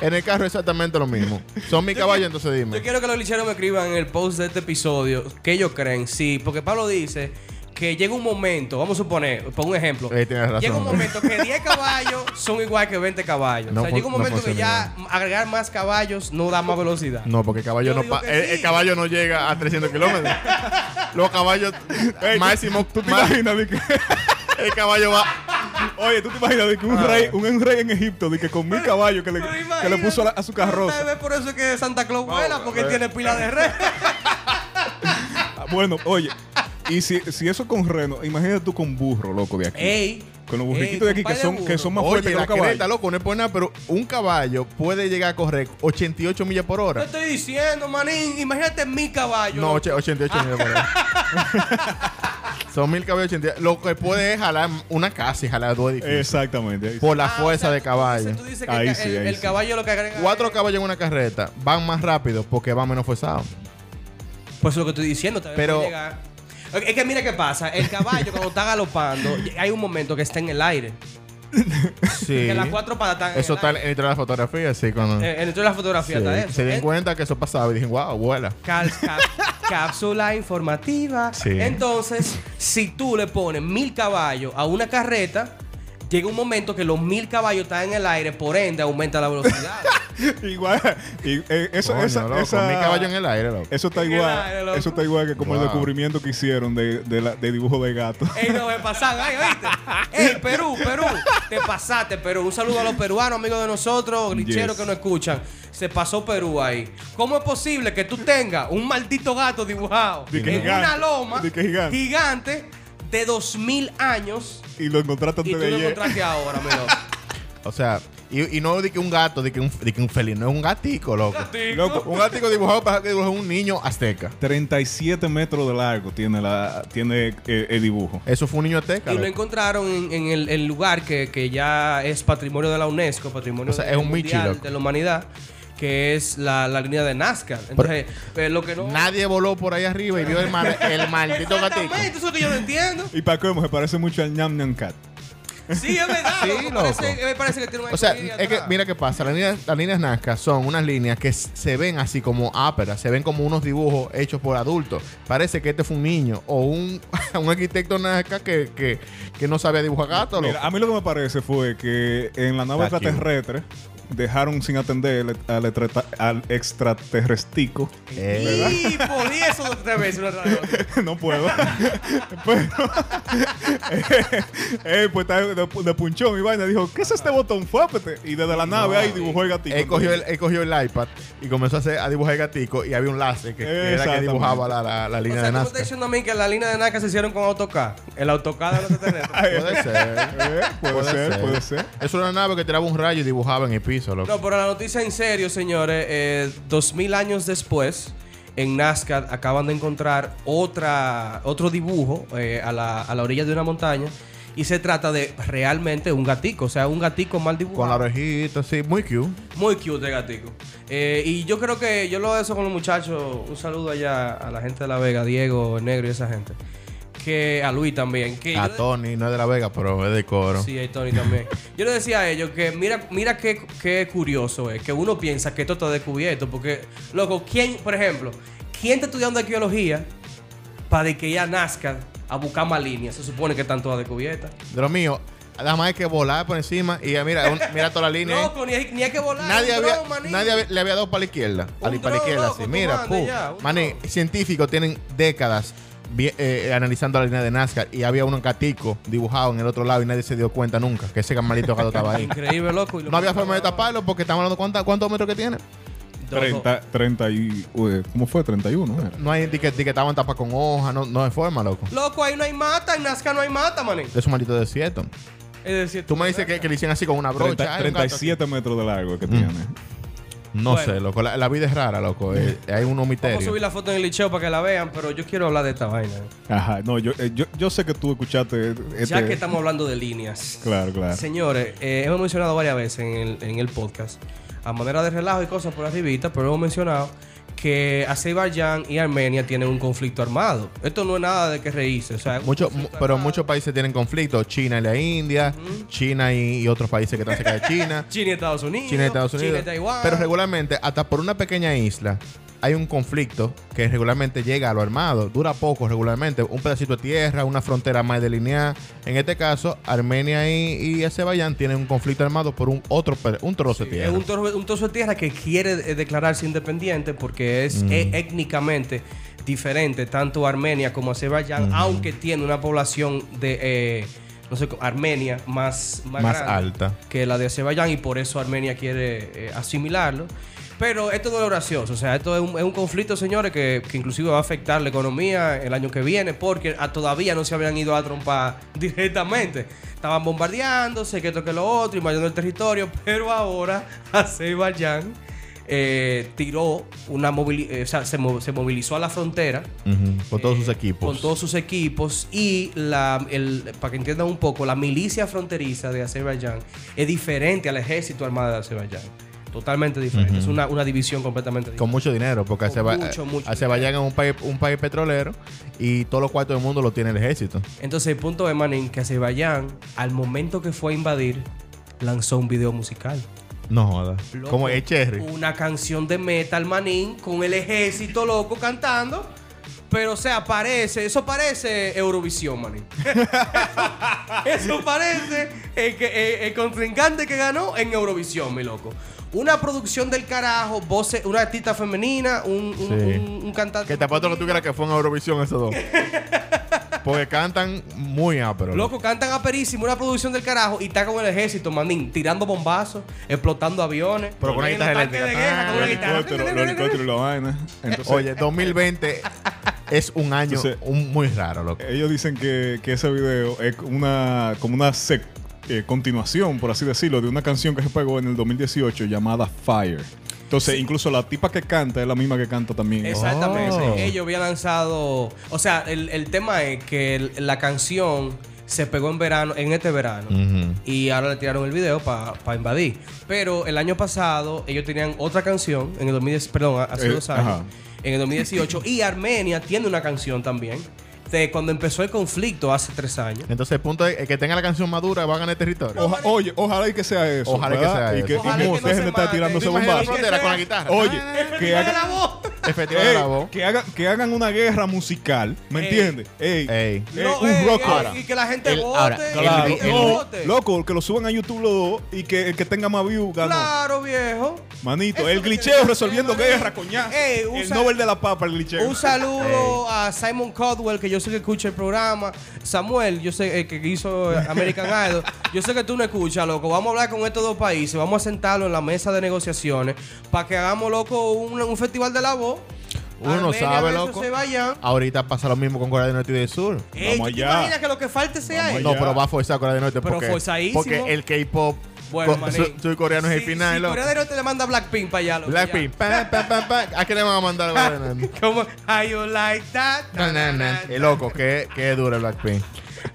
C: en el carro exactamente lo mismo. Son mi caballo, entonces dime.
D: Yo quiero que los licheros me escriban en el post de este episodio que ellos creen, sí, porque Pablo dice que llega un momento, vamos a suponer, por un ejemplo,
C: Eh, tienes razón.
D: llega un momento que 10 caballos son igual que 20 caballos.
C: No
D: o sea,
C: fun-
D: llega un
C: no
D: momento que ya
C: funciona
D: agregar más caballos no da más velocidad.
C: No, porque el caballo
D: Yo
C: no
D: digo
C: pa-
D: que
C: el,
D: sí.
C: el caballo no llega a 300 kilómetros. Los caballos
B: Ey, tú-
C: máximo,
B: ¿Tú te
C: ma-
B: imaginas de que,
C: el caballo va
B: oye, tú te imaginas de que un, rey, un rey en Egipto, de que con mil caballos que le, que le puso a, la- a su
D: Tal
B: carroza.
D: vez por eso es que Santa Claus vuela, porque él tiene pila de red.
B: Ah, Bueno, oye, y si, si eso con reno, imagínate tú con burro, loco, de aquí.
D: Ey.
B: Con los
D: ey,
B: burriquitos de aquí
D: con
B: que
D: par de
B: son, que
D: burros.
B: son más fuertes
C: Oye,
B: que
C: la
B: los caballos.
C: creta, loco, no es por nada, pero un caballo puede llegar a correr 88 millas por
D: Te
C: hora.
D: estoy diciendo, manín, imagínate mi caballo.
C: No, oche- 88 millas por hora. Son mil caballos 88. Lo que puede es jalar una casa y jalar dos edificios.
B: Exactamente. ahí sí.
C: Por la
D: Ah,
C: fuerza
D: o sea,
C: de
D: tú
C: caballo.
D: dices- Tú dices que
B: Ahí
D: el,
B: sí,
D: el-
B: ahí
D: el
B: sí.
D: caballo lo que agrega.
C: Cuatro
D: es-
C: caballos en una carreta van más rápido porque van menos forzados.
D: Pues lo que estoy diciendo, tal vez
C: Pero-
D: puede llegar. Es que mira qué pasa. El caballo, cuando está galopando, hay un momento que está en el aire.
C: Sí.
D: Que las cuatro patas están. en
C: Eso
D: el
C: está
D: aire.
C: en la fotografía, sí. Cuando...
D: Eh, dentro de la fotografía está
C: Sí.
D: eso.
C: Se
D: Eh,
C: dieron cuenta que eso pasaba y dije, wow, vuela.
D: cal- ca- cápsula informativa.
C: Sí.
D: Entonces, si tú le pones mil caballos a una carreta, llega un momento que los mil caballos están en el aire, por ende aumenta la velocidad.
B: Igual. y, eh, eso,
C: Coño,
B: esa-
C: loco,
B: esa-
C: mi caballo en el aire, loco.
B: Eso está
D: En el
B: igual,
D: aire, loco.
B: eso está igual que como el
C: Wow.
B: descubrimiento que hicieron de, de la- de dibujo de gato.
D: Ey, no me pasan, ay, oíste. Ey, Perú, Perú, te pasaste, Perú. Un saludo a los peruanos, amigos de nosotros,
B: Yes.
D: glitcheros que nos escuchan. Se pasó Perú ahí. ¿Cómo es posible que tú tengas un maldito gato dibujado
B: Di
D: en
B: que gigante,
D: una loma
B: di que gigante.
D: gigante de 2000 años
B: Y lo encontraste
D: y
B: antes
D: tú
B: de
D: lo
B: ayer.
D: encontraste ahora, mi loco?
C: O sea, y, y no de que un gato, de que un, de que un felino, es un gatico, loco.
B: Loco,
C: Un gatico dibujado para que dibujó un niño azteca.
B: 37 metros de largo tiene la tiene eh, el dibujo.
C: Eso fue un niño azteca.
D: Y lo
C: loco.
D: encontraron en, en el, el lugar que, que ya es patrimonio de la UNESCO, patrimonio
C: O sea,
D: de-
C: es un
D: mundial
C: michi, loco.
D: de la humanidad, que es la, la línea de Nazca. Entonces, eh, lo que no.
C: Nadie voló por ahí arriba y vio el, mal- el maldito gatico.
D: Exactamente, eso es lo que yo no entiendo.
B: Y para cómo se parece mucho al ñam ñam cat.
D: Sí, es verdad.
C: Sí,
D: loco,
C: loco.
D: parece- me parece que tiene una
C: O sea,
D: escudilla
C: es que
D: atrás.
C: mira qué pasa. Las líneas, las líneas Nazca son unas líneas que s- se ven así como áperas, se ven como unos dibujos hechos por adultos. Parece que este fue un niño o un, un arquitecto Nazca que, que, que no sabía dibujar gatos. loco.
B: Mira, a mí lo que me parece fue que en la nave
C: Está cute.
B: extraterrestre dejaron sin atender al, al estrata- al extraterrestico.
C: Eh,
D: Y por eso tres veces una tras de otra.
B: no puedo. Pero, eh, pues está de, de punchón y vaina. Dijo, ¿qué es este botón? Fuápete. Y desde la nave ahí dibujó el gatito.
C: Él cogió, el, él cogió el iPad y comenzó a, hacer, a dibujar el gatico y había un láser que, que era que
B: Exactamente.
C: dibujaba la, la- la
D: O
C: línea
D: sea,
C: de
D: tú me estás
C: Nazca.
D: diciendo a mí que la línea de Nazca se hicieron con AutoCAD. El AutoCAD de los extraterrestres.
B: Eh, puede,
C: Puede ser.
B: ser, puede ser.
C: Eso era una nave que tiraba un rayo y dibujaba en el piso. Loco.
D: No, pero la noticia en serio, señores. eh, Dos mil años después, en Nazca acaban de encontrar otra, otro dibujo eh, a, la, a la orilla de una montaña. Y se trata de realmente un gatico. O sea, un gatico mal dibujado.
C: Con la orejita, sí, muy cute.
D: Muy cute el gatico. Eh, y yo creo que yo lo hago eso con los muchachos. Un saludo allá a la gente de La Vega, Diego, el Negro y esa gente. Que a Luis también. Que
C: A
D: yo de-
C: Tony, no es de la Vega, pero es de coro.
D: Sí, a Tony también. yo le decía a ellos que mira, mira qué, qué curioso es. Que uno piensa que esto está descubierto. Porque, loco, ¿quién, por ejemplo, quién está estudiando arqueología para de que ya nazca a buscar más líneas? Se supone que están todas descubiertas.
C: De lo mío, nada más hay que volar por encima y ya mira, un- mira toda la línea. ahí.
D: Loco, ni hay, ni hay que volar.
C: Nadie,
D: un
C: había,
D: dron, manín.
C: nadie había- le había dado para la izquierda. A la, para la
D: Un dron,
C: izquierda,
D: loco,
C: así.
D: tú
C: Mira,
D: mandas
C: pum.
D: ya, un
C: Mané,
D: dron.
C: científicos tienen décadas vi- eh, analizando la línea de Nazca y había un gatico dibujado en el otro lado y nadie se dio cuenta nunca que ese maldito gato estaba ahí.
D: Increíble, loco. y lo
C: No había
D: que-
C: forma de taparlo porque estamos hablando cuánta- cuántos metros que tiene.
D: Loco,
B: 30, 30 y... uy, ¿Cómo fue? 31, era.
C: No hay ni que, ni que estaban tapas con hoja, no, no hay forma, loco.
D: Loco, ahí no hay mata, en Nazca no hay mata, manín.
C: De esos malditos desiertos.
D: Es decir,
C: Tú me dices que, que le hicieron así con una brocha.
B: 30
C: ay, un gato aquí.
B: 37 metros de largo que tiene.
C: No
D: Bueno.
C: sé, loco. La, la vida es rara, loco. eh, hay unos
D: Vamos a
C: misterios.
D: subir la foto en el liceo para que la vean, pero yo quiero hablar de esta vaina.
B: Ajá, no, yo, eh, yo, yo sé que tú escuchaste. Este...
D: Ya que estamos hablando de líneas.
B: Claro, claro.
D: Señores, eh, hemos mencionado varias veces en el, en el podcast, a manera de relajo y cosas por arribita, pero hemos mencionado que Azerbaiyán y Armenia tienen un conflicto armado. Esto no es nada de que reírse. O sea, es un
C: Mucho- mu-
D: conflicto
C: pero
D: armado.
C: muchos países tienen conflictos. China y la India, China y, y otros países que están cerca de China,
D: China y Estados Unidos.
C: China y Estados Unidos.
D: China y Taiwán.
C: pero regularmente, hasta por una pequeña isla, hay un conflicto que regularmente llega a lo armado. Dura poco regularmente. Un pedacito de tierra, una frontera más delineada. En este caso, Armenia y, y Azerbaiyán tienen un conflicto armado por un otro pe- un trozo de
D: es
C: tierra.
D: un, torso un trozo de tierra que quiere eh, declararse independiente porque es eh, étnicamente diferente tanto Armenia como Azerbaiyán, aunque tiene una población de, eh, no sé, Armenia más, más,
C: más
D: grande.
C: alta.
D: que la de Azerbaiyán y por eso Armenia quiere eh, asimilarlo. Pero esto no es gracioso, o sea, esto es un, es un conflicto, señores, que, que inclusive va a afectar la economía el año que viene porque a- todavía no se habían ido a trompar directamente. Estaban bombardeándose, que esto que lo otro, invadiendo el territorio, pero ahora Azerbaiyán eh, tiró una movili- eh, o sea, se, mo- se movilizó a la frontera
C: Ujú, Con todos
D: eh,
C: sus equipos.
D: Con todos sus equipos. Y la, el- para que entiendan un poco, la milicia fronteriza de Azerbaiyán es diferente al ejército armado de Azerbaiyán. Totalmente diferente. Es una, una división completamente
C: Con
D: diferente.
C: mucho dinero, porque
D: Con
C: Azerba-
D: mucho, mucho
C: Azerbaiyán es un país, un país petrolero y todos los cuartos del mundo lo tiene el ejército.
D: Entonces, el punto es, Manin, que Azerbaiyán, al momento que fue a invadir, lanzó un video musical.
C: No joda.
D: Loco,
C: Como es Cherry.
D: Una canción de metal, Manin, con el ejército loco cantando. Pero, o sea, parece, eso parece Eurovisión, Manin. Eso parece el, que- eh, el contrincante que ganó en Eurovisión, mi loco. Una producción del carajo, voces, una artista femenina, un, un-
C: Sí.
D: un- un cantante.
C: Que tampoco lo tuviera que fue en Eurovisión esos dos. porque cantan muy ápero.
D: Loco, cantan aperísimo, una producción del carajo y está con el ejército, manín, tirando bombazos, explotando aviones.
C: Pero con una
D: En
C: guitarra
D: tanque
C: eléctrica. Ah,
D: de guerra, con una
B: Los
D: guitarra.
B: helicópteros, los helicópteros y la vaina. Entonces,
C: Oye, 2020 es un año
B: Entonces-
C: un- muy raro, loco.
B: ellos dicen que, que ese video es una como una sec- eh, continuación, por así decirlo, de una canción que se pegó en el 2018 llamada Fire. Entonces, incluso la tipa que canta es la misma que canta también.
D: Exactamente.
C: Oh.
D: Ellos habían lanzado. O sea, el, el tema es que el- la canción se pegó en verano, en este verano.
B: Mm.
C: Ujú.
D: Y ahora le tiraron el video para invadir. Pero el año pasado ellos tenían otra canción, en el 2010, perdón, hace
B: Eh,
D: dos años,
B: ajá.
D: en el 2018. y Armenia tiene una canción también, de cuando empezó el conflicto hace tres años.
C: Entonces, el punto es el que tenga la canción madura va a ganar territorio.
B: Oja- oye, ojalá y que sea eso.
C: Ojalá y que
B: ¿verdad?
C: sea
B: y
C: eso.
B: que, y
D: Ojalá
B: que
D: que no
B: dejen
D: se
B: de estar
D: maten.
B: tirándose
D: ¿Te
C: Imagina la
D: Y
B: bombazos.
D: que
C: frontera
D: sea-
C: con la guitarra.
B: Oye, que eh,
D: Dime de
B: hagan,
D: la voz.
C: El festival de
B: Ey,
C: la voz.
B: que, hagan, que hagan una guerra musical, ¿me
D: Ey.
B: entiendes? Ey,
C: Ey.
B: ey,
D: No,
B: un
D: eh,
B: rock
D: eh,
B: ahora.
D: Y que la gente
C: El-
D: vote.
C: ahora,
D: y que
B: Claro,
D: la gente
C: el-
B: no,
D: vote.
B: loco, que lo suban a YouTube los dos y que el que tenga más view ganó.
D: Claro, viejo.
B: Manito,
D: Eso
B: el
D: es lo que
B: glitcheo
D: tenemos
B: resolviendo
D: que hacer,
B: guerra,
D: Manuel.
B: coñazo.
D: Ey,
B: el
D: usa-
B: Nobel de la Papa, el glitcheo.
D: Un saludo a Simon Codwell, que yo sé que escucha el programa. Samuel, yo sé eh, que hizo eh, American Idol. Yo sé que tú no escuchas, loco. Vamos a hablar con estos dos países. Vamos a sentarlo en la mesa de negociaciones para que hagamos, loco, un, un festival de la voz.
C: Uno no
D: Armenia
C: sabe,
D: versus
C: loco.
D: Azerbaiyán.
C: Ahorita pasa lo mismo con Corea del Norte y del Sur.
D: Ey,
B: Vamos
D: ¿tú te
B: allá.
D: imaginas que lo que falte sea
B: Vamos
D: eso?
B: allá.
C: No, pero va a forzar Corea del Norte
D: Pero
C: porque,
D: forzadísimo.
C: porque el K-pop
D: Bueno,
C: co-
D: manín.
C: su- surcoreano es el
D: Si-
C: final.
D: Si
C: loco.
D: Corea del Norte le manda Blackpink para allá, loco,
C: Blackpink. Pa,
D: ya.
C: pa, pa, pa. ¿A qué le van a mandar a Corea del Norte?
D: Como, how you like that?
C: Na, na, na. El Eh, loco, que, que dura Blackpink.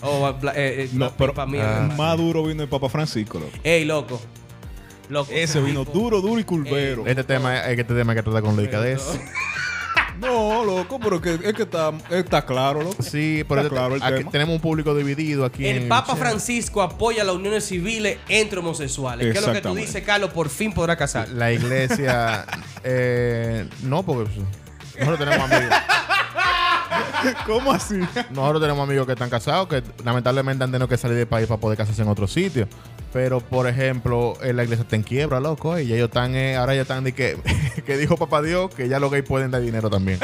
D: Oh, Bla- eh, eh,
B: No, pero
D: para mí.
C: Ah.
D: hermano.
B: Más duro vino el Papa Francisco, loco.
D: Ey, loco. Loco.
B: Ese vino
D: tipo.
B: duro, duro y culvero.
C: Este tema, es que este tema hay que trata con delicadez.
B: No, loco, pero que, es que está, está claro, loco.
C: Sí,
B: Está
C: pero este-
B: claro el
C: aquí
B: tema.
C: tenemos un público dividido aquí.
D: El
C: en-
D: Papa Francisco apoya las uniones civiles entre homosexuales. ¿Qué es lo que tú
B: Exactamente.
D: dices, Carlos? Por fin podrá casar.
C: La iglesia. eh, no, porque nosotros tenemos amigos.
B: ¿Cómo así?
C: Nosotros tenemos amigos que están casados que lamentablemente han tenido que salir del país para poder casarse en otro sitio. Pero, por ejemplo, eh, la iglesia está en quiebra, loco. Y ellos están, eh, ahora ya están de que, que dijo papá Dios que ya los gays pueden dar dinero también.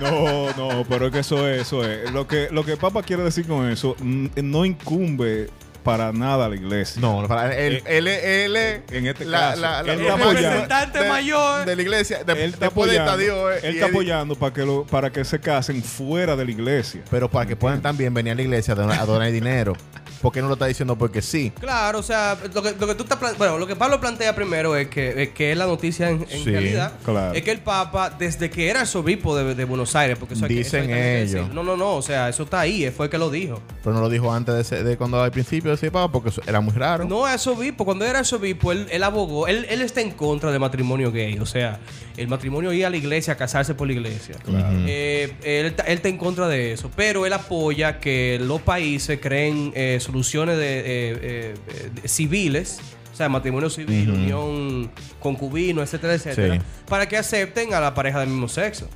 B: No, no, pero es que eso es, eso es. Lo que, lo que el Papa quiere decir con eso, mm, no incumbe para nada a la iglesia.
C: No, para- él,
B: Eh,
C: él, él, él-
B: en este
C: la-
B: caso,
C: la- la-
B: él está
C: la- la-
B: apoyando.
D: Representante
C: de-
D: mayor.
C: de la iglesia. de-
B: Él está
C: después de
B: apoyando,
C: esta Dios, eh,
B: él
C: y
B: está apoyando para que, lo, para que se casen fuera de la iglesia.
C: Pero para que puedan también venir a la iglesia a donar, a donar dinero. porque no lo está diciendo porque sí.
D: Claro, o sea, lo que, lo que tú estás plan- bueno, lo que Pablo plantea primero es que es que es la noticia en, en
C: Sí,
D: realidad
B: claro.
D: es que el Papa desde que era arzobispo de, de Buenos Aires, porque eso hay que- eso
C: Dicen
D: hay también que
C: ellos.
D: decirlo. No, no, no, o sea, eso está ahí, fue el que lo dijo.
C: Pero no lo dijo antes de, ese- de cuando al principio decía papá porque eso era muy raro.
D: No, arzobispo, cuando era arzobispo él, él abogó, él, él está en contra del matrimonio gay, o sea, el matrimonio ir a la iglesia a casarse por la iglesia. Eh, él, ta- él está en contra de eso, pero él apoya que los países creen eh, soluciones de, eh, eh, eh, de- civiles, o sea, matrimonio civil,
C: Ujú.
D: unión concubino, etcétera, etcétera,
C: Sí.
D: para que acepten a la pareja del mismo sexo.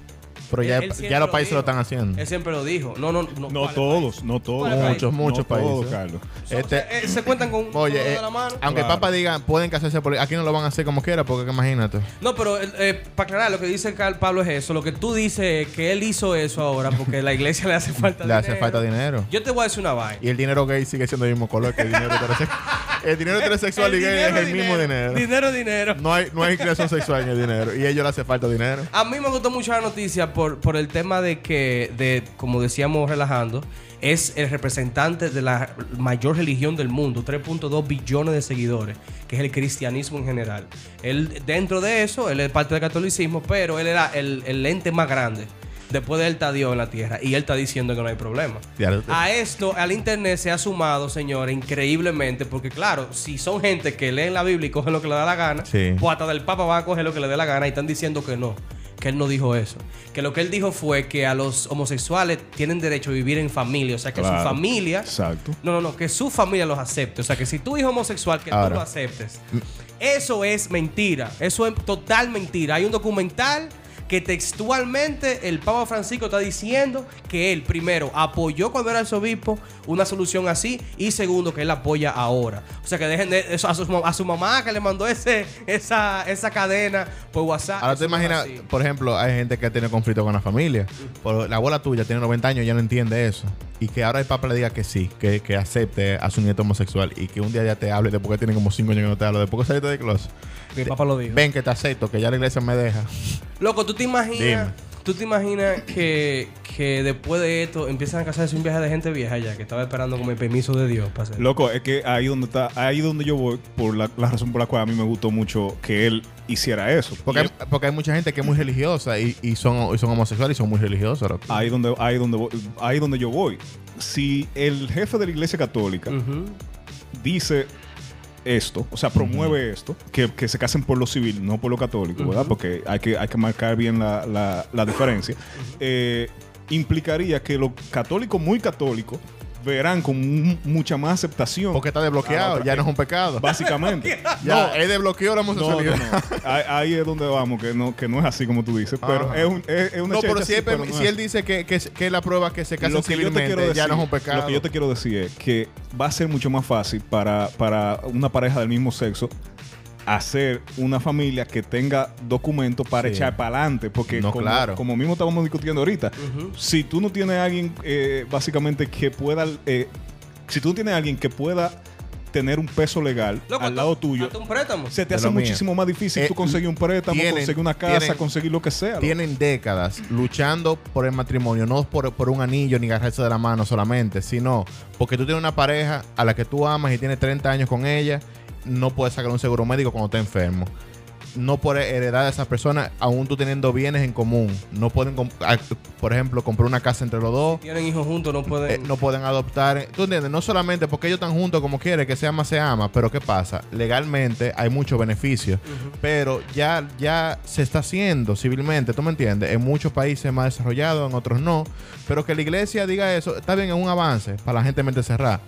C: Pero ya,
D: Él siempre
C: ya los
D: lo
C: países
D: dijo.
C: lo están haciendo.
D: Él siempre lo dijo. No, no, no.
B: No
D: ¿cuál?
B: todos, no todos.
D: Muchos,
C: muchos
B: No todos,
C: países.
B: Carlos.
D: So-
C: Este-
D: o sea, eh, se cuentan con un
C: Oye,
D: dedo
C: eh,
D: de la mano.
C: aunque
B: Claro.
C: el Papa diga, pueden casarse por aquí no lo van a hacer como quiera, porque imagínate.
D: No, pero eh, eh, para aclarar, lo que dice Carl Pablo es eso. Lo que tú dices es que él hizo eso ahora porque la iglesia le hace falta
C: Le hace falta dinero.
D: Yo te voy a decir una vaina.
C: Y el dinero gay sigue siendo el mismo color que el dinero heterosexual. el dinero heterosexual y gay es el mismo dinero.
D: Dinero, dinero.
C: No hay, no hay inclusión sexual en el dinero. Y a ellos le hace falta dinero.
D: A mí me gustó mucho la noticia por, por el tema de que, de, como decíamos relajando, es el representante de la mayor religión del mundo, 3.2 billones de seguidores, que es el cristianismo en general. Él, dentro de eso, él es parte del catolicismo, pero él era el, el ente más grande. Después de él está Dios en la tierra y él está diciendo que no hay problema.
C: Ya,
D: A esto, al internet se ha sumado, señores, increíblemente, porque claro, si son gente que leen la Biblia y cogen lo que le da la gana,
C: Sí.
D: pues hasta del Papa va a coger lo que le dé la gana y están diciendo que no, que él no dijo eso. Que lo que él dijo fue que a los homosexuales tienen derecho a vivir en familia, o sea, que su
B: Claro.
D: familia...
B: Exacto.
D: No, no, no, que su familia los acepte, o sea, que si tu hijo es homosexual, que tú
C: Ahora.
D: lo aceptes. Eso es mentira, eso es total mentira. Hay un documental que textualmente el Papa Francisco está diciendo que él, primero, apoyó cuando era arzobispo una solución así y segundo, que él apoya ahora. O sea, que dejen de, eso a, su, a su mamá que le mandó ese, esa, esa cadena por WhatsApp.
C: Ahora te
D: Eso no es
C: imaginas,
D: así.
C: por ejemplo, hay gente que tiene conflicto con la familia. Por- la abuela tuya tiene 90 años y ya no entiende eso. Y que ahora el papá le diga que sí, que, que acepte a su nieto homosexual y que un día ya te hable después que tiene como 5 años que no te habla, después que saliste de closet.
D: Mi papá lo dijo.
C: Ven que te acepto, que ya la iglesia me deja.
D: Loco, ¿tú te imaginas,
C: Dime.
D: ¿tú te imaginas que, que después de esto empiezan a casarse un viaje de gente vieja ya que estaba esperando con el permiso de Dios para hacerlo?
B: Loco, es que ahí donde está, ahí donde yo voy, por la, la razón por la cual a mí me gustó mucho que él hiciera eso.
C: Porque,
B: Y
C: hay, porque hay mucha gente que es muy religiosa y, y son, y son homosexuales y son muy religiosos. loco.
B: ahí donde, ahí donde, voy- ahí donde yo voy. Si el jefe de la iglesia católica
C: Mm.
D: Ujú.
B: dice esto, o sea, promueve
C: Mm.
B: esto, que, que se casen por lo civil, no por lo católico, ¿verdad? Porque hay que, hay que marcar bien la, la- la diferencia. Eh, implicaría que los católicos muy católicos verán con mu- mucha más aceptación.
C: Porque está desbloqueado,
B: Ah, otra-
C: ya no es un pecado.
B: Básicamente.
C: Ya,
B: No,
C: él desbloqueó la
B: No,
C: homosexualidad.
B: no,
C: No,
B: no. Ahí, ahí es donde vamos, que no, que no es así como tú dices, pero
C: Ajá.
B: es, un, es, es una
C: Ah. pero
B: checha,
C: si,
B: sí,
C: él,
B: pero no
C: si
B: es
C: él dice que, que, que es la prueba que se casan
B: lo que yo te
C: civilmente,
B: quiero decir,
C: ya no es un pecado.
B: Lo que yo te quiero decir es que va a ser mucho más fácil para, para una pareja del mismo sexo hacer una familia que tenga documentos para
C: Sí.
B: echar para adelante. Porque
C: No,
B: como,
C: claro.
B: como mismo estábamos discutiendo ahorita, si tú no tienes a alguien eh, básicamente que pueda... eh, si tú tienes a alguien que pueda tener un peso legal
D: Loco,
B: al
D: hasta-
B: lado tuyo,
D: hasta un préstamo.
B: se te
C: De
B: hace
C: lo mío.
B: muchísimo más difícil
C: Eh,
B: tú conseguir un préstamo,
C: tienen-
B: conseguir una casa,
C: tienen-
B: conseguir lo que sea. loco.
C: Tienen décadas luchando por el matrimonio, no por, por un anillo ni agarrarse de la mano solamente, sino porque tú tienes una pareja a la que tú amas y tienes 30 años con ella, no puedes sacar un seguro médico cuando estás enfermo. No puedes heredar a esa persona, aún tú teniendo bienes en común. No pueden, comp- ah, por ejemplo, comprar una casa entre los dos.
D: Tienen hijos juntos, no pueden.
C: eh, no pueden adoptar. ¿Tú entiendes? No solamente porque ellos están juntos como quieren, que se ama, se ama, pero ¿qué pasa? Legalmente hay muchos beneficios, pero ya, ya se está haciendo civilmente, ¿tú me entiendes? En muchos países más desarrollados, en otros no, pero que la iglesia diga eso, está bien, es un avance para la gente mente cerrada.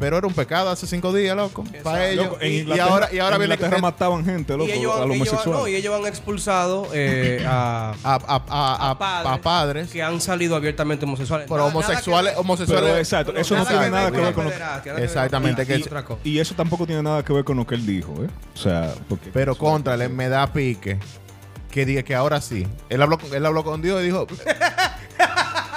C: Pero era un pecado hace cinco días, loco. Para ellos.
B: Loco,
C: y,
B: en
C: y
B: Inglaterra,
C: ahora, y ahora
B: en
C: viene
B: Inglaterra mataban gente, loco,
D: y ellos,
B: a
D: han,
B: los
D: ellos han-
B: homosexuales.
D: no, y ellos han expulsado eh, a,
C: a, a- a- a-
D: a padres,
C: a padres,
D: que han salido abiertamente homosexuales.
C: pero
D: Nada- nada que
C: homosexuales,
D: ver-
C: homosexuales.
B: Pero, exacto, eso no tiene nada que ver con lo que-
D: pederastia, nada que ver con-
C: Exactamente, que
D: y-
C: es-
D: otra cosa.
B: Y eso tampoco tiene nada que ver con lo que él dijo, ¿eh? O sea, porque...
C: Pero contrale, me da pique. Que diga que ahora sí. Él habló, con- él habló con Dios y dijo: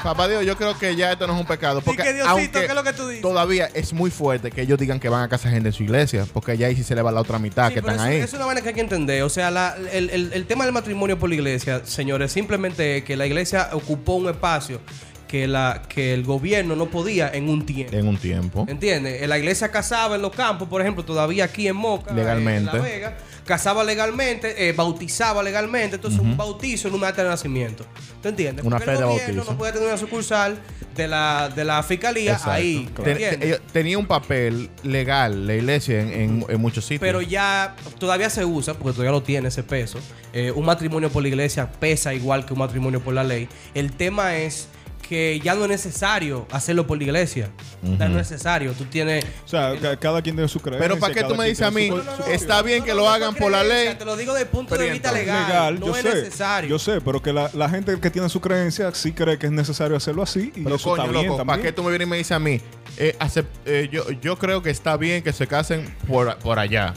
C: Papá Dios, yo creo que ya esto no es un pecado. Porque
D: que Diosito,
C: aunque
D: ¿qué es lo que tú dices?
C: Todavía es muy fuerte que ellos digan que van a casa gente en su iglesia. Porque ya ahí sí se le va la otra mitad
D: Sí,
C: que
D: pero
C: están
D: eso-
C: ahí.
D: eso es una vaina que hay que entender. O sea, la- el, el- el tema del matrimonio por la iglesia, señores, simplemente que la iglesia ocupó un espacio que, la, que el gobierno no podía en un tiempo.
C: en un tiempo.
D: ¿Entiendes? La iglesia casaba en los campos, por ejemplo, todavía aquí en Moca,
C: Legalmente.
D: en La Vega, casaba legalmente, eh, bautizaba legalmente, entonces un bautizo en un acta de nacimiento. ¿Te entiendes?
C: Una
D: Porque
C: fe
D: el
C: de
D: gobierno
C: bautizo.
D: no puede tener una sucursal de la, de la fiscalía
C: Exacto.
D: ahí. ¿te
C: Ten-
D: entiendes?
C: te- ellos- tenía un papel legal la iglesia en, en- en muchos sitios.
D: Pero ya todavía se usa, porque todavía lo tiene ese peso. Eh, un matrimonio por la iglesia pesa igual que un matrimonio por la ley. El tema es que ya no es necesario hacerlo por la iglesia. Ya no es necesario. Tú tienes...
B: O sea, ca- cada quien tiene su creencia.
C: Pero ¿para qué
B: cada
C: tú me
B: quien
C: dices a
B: tiene
C: mí?
B: su- su-
C: Está bien que lo
D: no
C: hagan por la
D: creencia,
C: ley.
D: Te lo digo desde el punto de
C: Pero
D: vista
C: entonces-
D: legal.
B: legal,
D: no
B: yo
D: es
B: sé,
D: necesario.
B: yo sé, pero que la, la gente que tiene su creencia sí cree que es necesario hacerlo así y
C: Pero
B: eso
C: coño,
B: está bien
C: loco, ¿para
B: también.
C: qué tú me vienes y me dices a mí? eh, acep- eh, yo, yo creo que está bien que se casen por, por allá.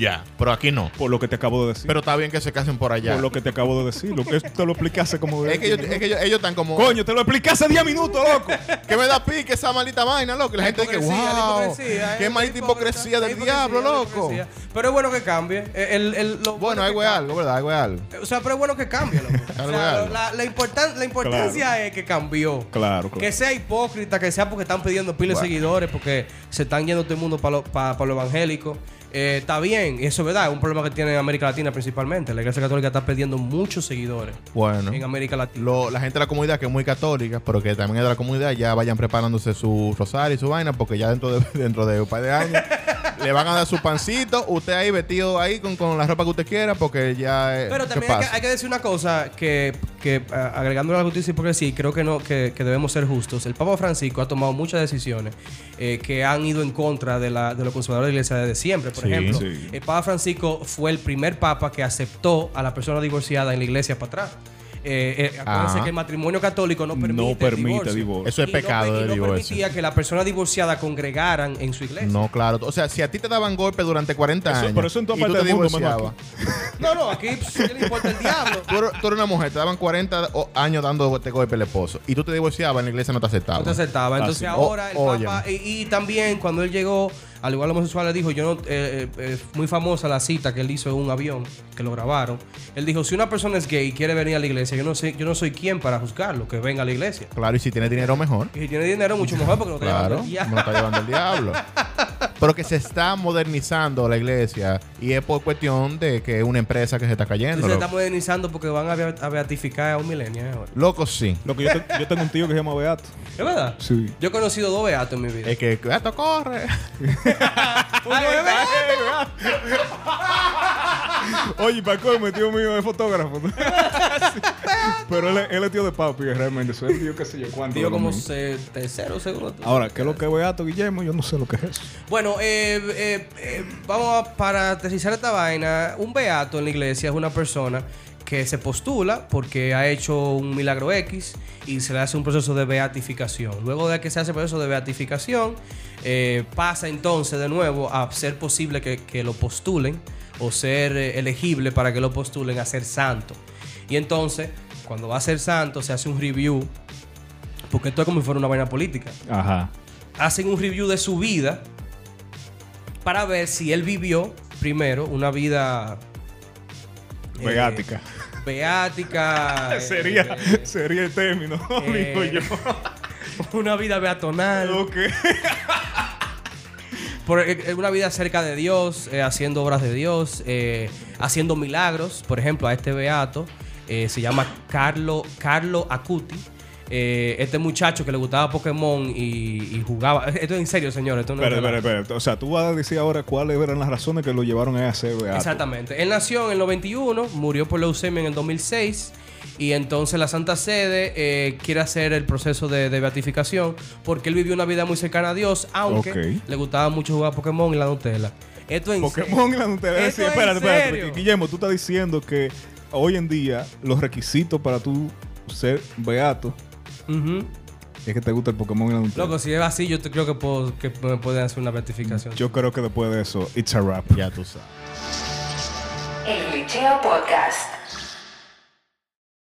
C: Ya, pero aquí no.
B: Por lo que te acabo de decir.
C: Pero está bien que se casen por allá.
B: Por lo que te acabo de decir. Lo que te lo explicaste como
C: Es que, eh, ellos, es que ellos- ellos están como...
B: Coño, te lo expliqué hace 10 minutos, loco.
C: Que me da pique esa maldita vaina, loco. Y La gente dice,
D: hipocresía, la
C: wow,
D: hipocresía, eh,
C: qué
D: la
C: maldita hipocresía
D: la
C: del
D: hipocresía,
C: diablo,
D: la
C: loco.
D: hipocresía. Pero es bueno que cambie. El- el- el- lo
C: Bueno,
D: que
C: algo es
D: cambie.
C: algo, ¿verdad? Algo es algo.
D: O sea, pero es bueno que cambie, loco. O sea,
C: Algo es algo.
D: la, la importan- la importancia es que cambió.
B: Claro, claro.
D: Que sea hipócrita, que sea porque están pidiendo piles de
C: Bueno.
D: seguidores, porque se están yendo todo el mundo para lo, pa- pa lo evangélico. Eh, está bien, eso es verdad, es un problema que tiene en América Latina principalmente. La Iglesia Católica está perdiendo muchos seguidores
C: Bueno.
D: en América Latina.
C: lo- la gente de la comunidad que es muy católica, pero que también es de la comunidad, ya vayan preparándose su rosario y su vaina, porque ya dentro de, dentro de un par de años le van a dar su pancito, usted ahí vestido ahí con, con la ropa que usted quiera, porque ya eh,
D: Pero
C: ¿qué
D: también hay que,
C: pasa?
D: hay que decir una cosa que, que ah, agregando a la justicia y hipocresía, y creo que no que, que debemos ser justos. El Papa Francisco ha tomado muchas decisiones eh, que han ido en contra de, la, de los conservadores de la iglesia desde siempre. Por
C: Sí,
D: ejemplo,
B: sí.
D: el Papa Francisco fue el primer papa que aceptó a la persona divorciada en la iglesia para atrás. Eh, eh, acuérdense
C: Ajá.
D: que el matrimonio católico no permite,
B: no permite
D: el divorcio.
B: divorcio.
C: Eso es
D: Y no-
C: pecado
D: y
C: de
D: no
C: divorcio.
D: permitía que la persona divorciada congregaran en su iglesia.
C: No, claro. O sea, si a ti te daban golpe durante 40
B: Eso-
C: años.
B: pero eso en toda
C: y tú
B: parte
C: te
B: del mundo, menos
C: divorciabas.
D: no, no, aquí pues, ¿qué le importa el diablo?
C: Tú, eres- tú eres una mujer, te daban 40 o- años dando este golpe al esposo. Y tú te divorciabas, en la iglesia no te aceptaba.
D: No te aceptaba. Entonces
C: Ah, Fácil.
D: ahora
C: O-
D: el Papa,
C: óyeme.
D: y, y también cuando él llegó, al igual homosexual, le dijo, yo no, eh, eh, eh, muy famosa la cita que él hizo en un avión, que lo grabaron. Él dijo, si una persona es gay y quiere venir a la iglesia, yo no sé, yo no soy quien para juzgarlo, que venga a la iglesia.
C: Claro, y si tienes dinero, mejor.
D: Y si tiene dinero, mucho mejor porque no te
C: Claro,
D: llevan- Ya.
C: me lo está llevando el diablo. Pero que se está modernizando la iglesia y es por cuestión de que es una empresa que se está cayendo.
D: Entonces está
C: Loco,
D: modernizando porque van a, beat- a beatificar a un millennial ahora.
C: Loco, sí.
B: Lo que yo, te- yo tengo un tío que se llama Beato.
D: ¿Es verdad?
B: Sí.
D: Yo he conocido dos beatos en mi vida.
C: Es que "Ah, esto corre.
D: Uno es beato.
B: Oye, Paco, mi tío mío es fotógrafo. Pero él, es- él es tío de papi, realmente. Soy el tío que sé yo cuánto.
D: Digo
B: de lo
D: como
B: mío.
D: se- tercero seguro.
B: Ahora, ¿qué es lo que es Beato, Guillermo? Yo no sé lo que es eso.
D: Bueno, eh, eh, eh, vamos a, para aterrizar esta vaina. Un beato en la iglesia es una persona que se postula porque ha hecho un milagro X y se le hace un proceso de beatificación. Luego de que se hace el proceso de beatificación, eh, pasa entonces de nuevo a ser posible que, que lo postulen o ser eh, elegible para que lo postulen a ser santo. Y entonces, cuando va a ser santo, se hace un review, porque esto es como si fuera una vaina política
B: Ajá.
D: hacen un review de su vida para ver si él vivió primero una vida eh,
B: Beática.
D: beática eh,
B: sería,
D: eh,
B: sería el término,
D: eh,
B: digo yo.
D: una vida beatonal,
B: Ok.
D: por- eh, una vida cerca de Dios, eh, haciendo obras de Dios, eh, haciendo milagros. Por ejemplo, a este beato eh, se llama Carlo, Carlo Acuti. Eh, este muchacho que le gustaba Pokémon y, y jugaba. Esto es en serio, señores. Esto no es
B: Espera, espera,
D: relajo.
B: espera. O sea, tú vas a decir ahora cuáles eran las razones que lo llevaron a hacer Beato.
D: Exactamente. Él nació en el 91, murió por leucemia en el 2006 y entonces la Santa Sede eh, quiere hacer el proceso de, de beatificación porque él vivió una vida muy cercana a Dios, aunque
B: Ok.
D: le gustaba mucho jugar a Pokémon y la Nutella. Esto en
B: Pokémon
D: serio.
B: la Nutella.
D: Esto
B: Sí,
D: es
B: espérate,
D: en
B: espérate.
D: serio.
B: porque, Guillermo, tú estás diciendo que hoy en día los requisitos para tú ser Beato
D: Ujú.
B: es que te gusta el Pokémon y la Nutella.
D: Loco, si es así, yo te- creo que, puedo- que me pueden hacer una beatificación.
B: Yo creo que después de eso, it's a wrap.
C: Ya tú sabes.
E: El Liceo Podcast.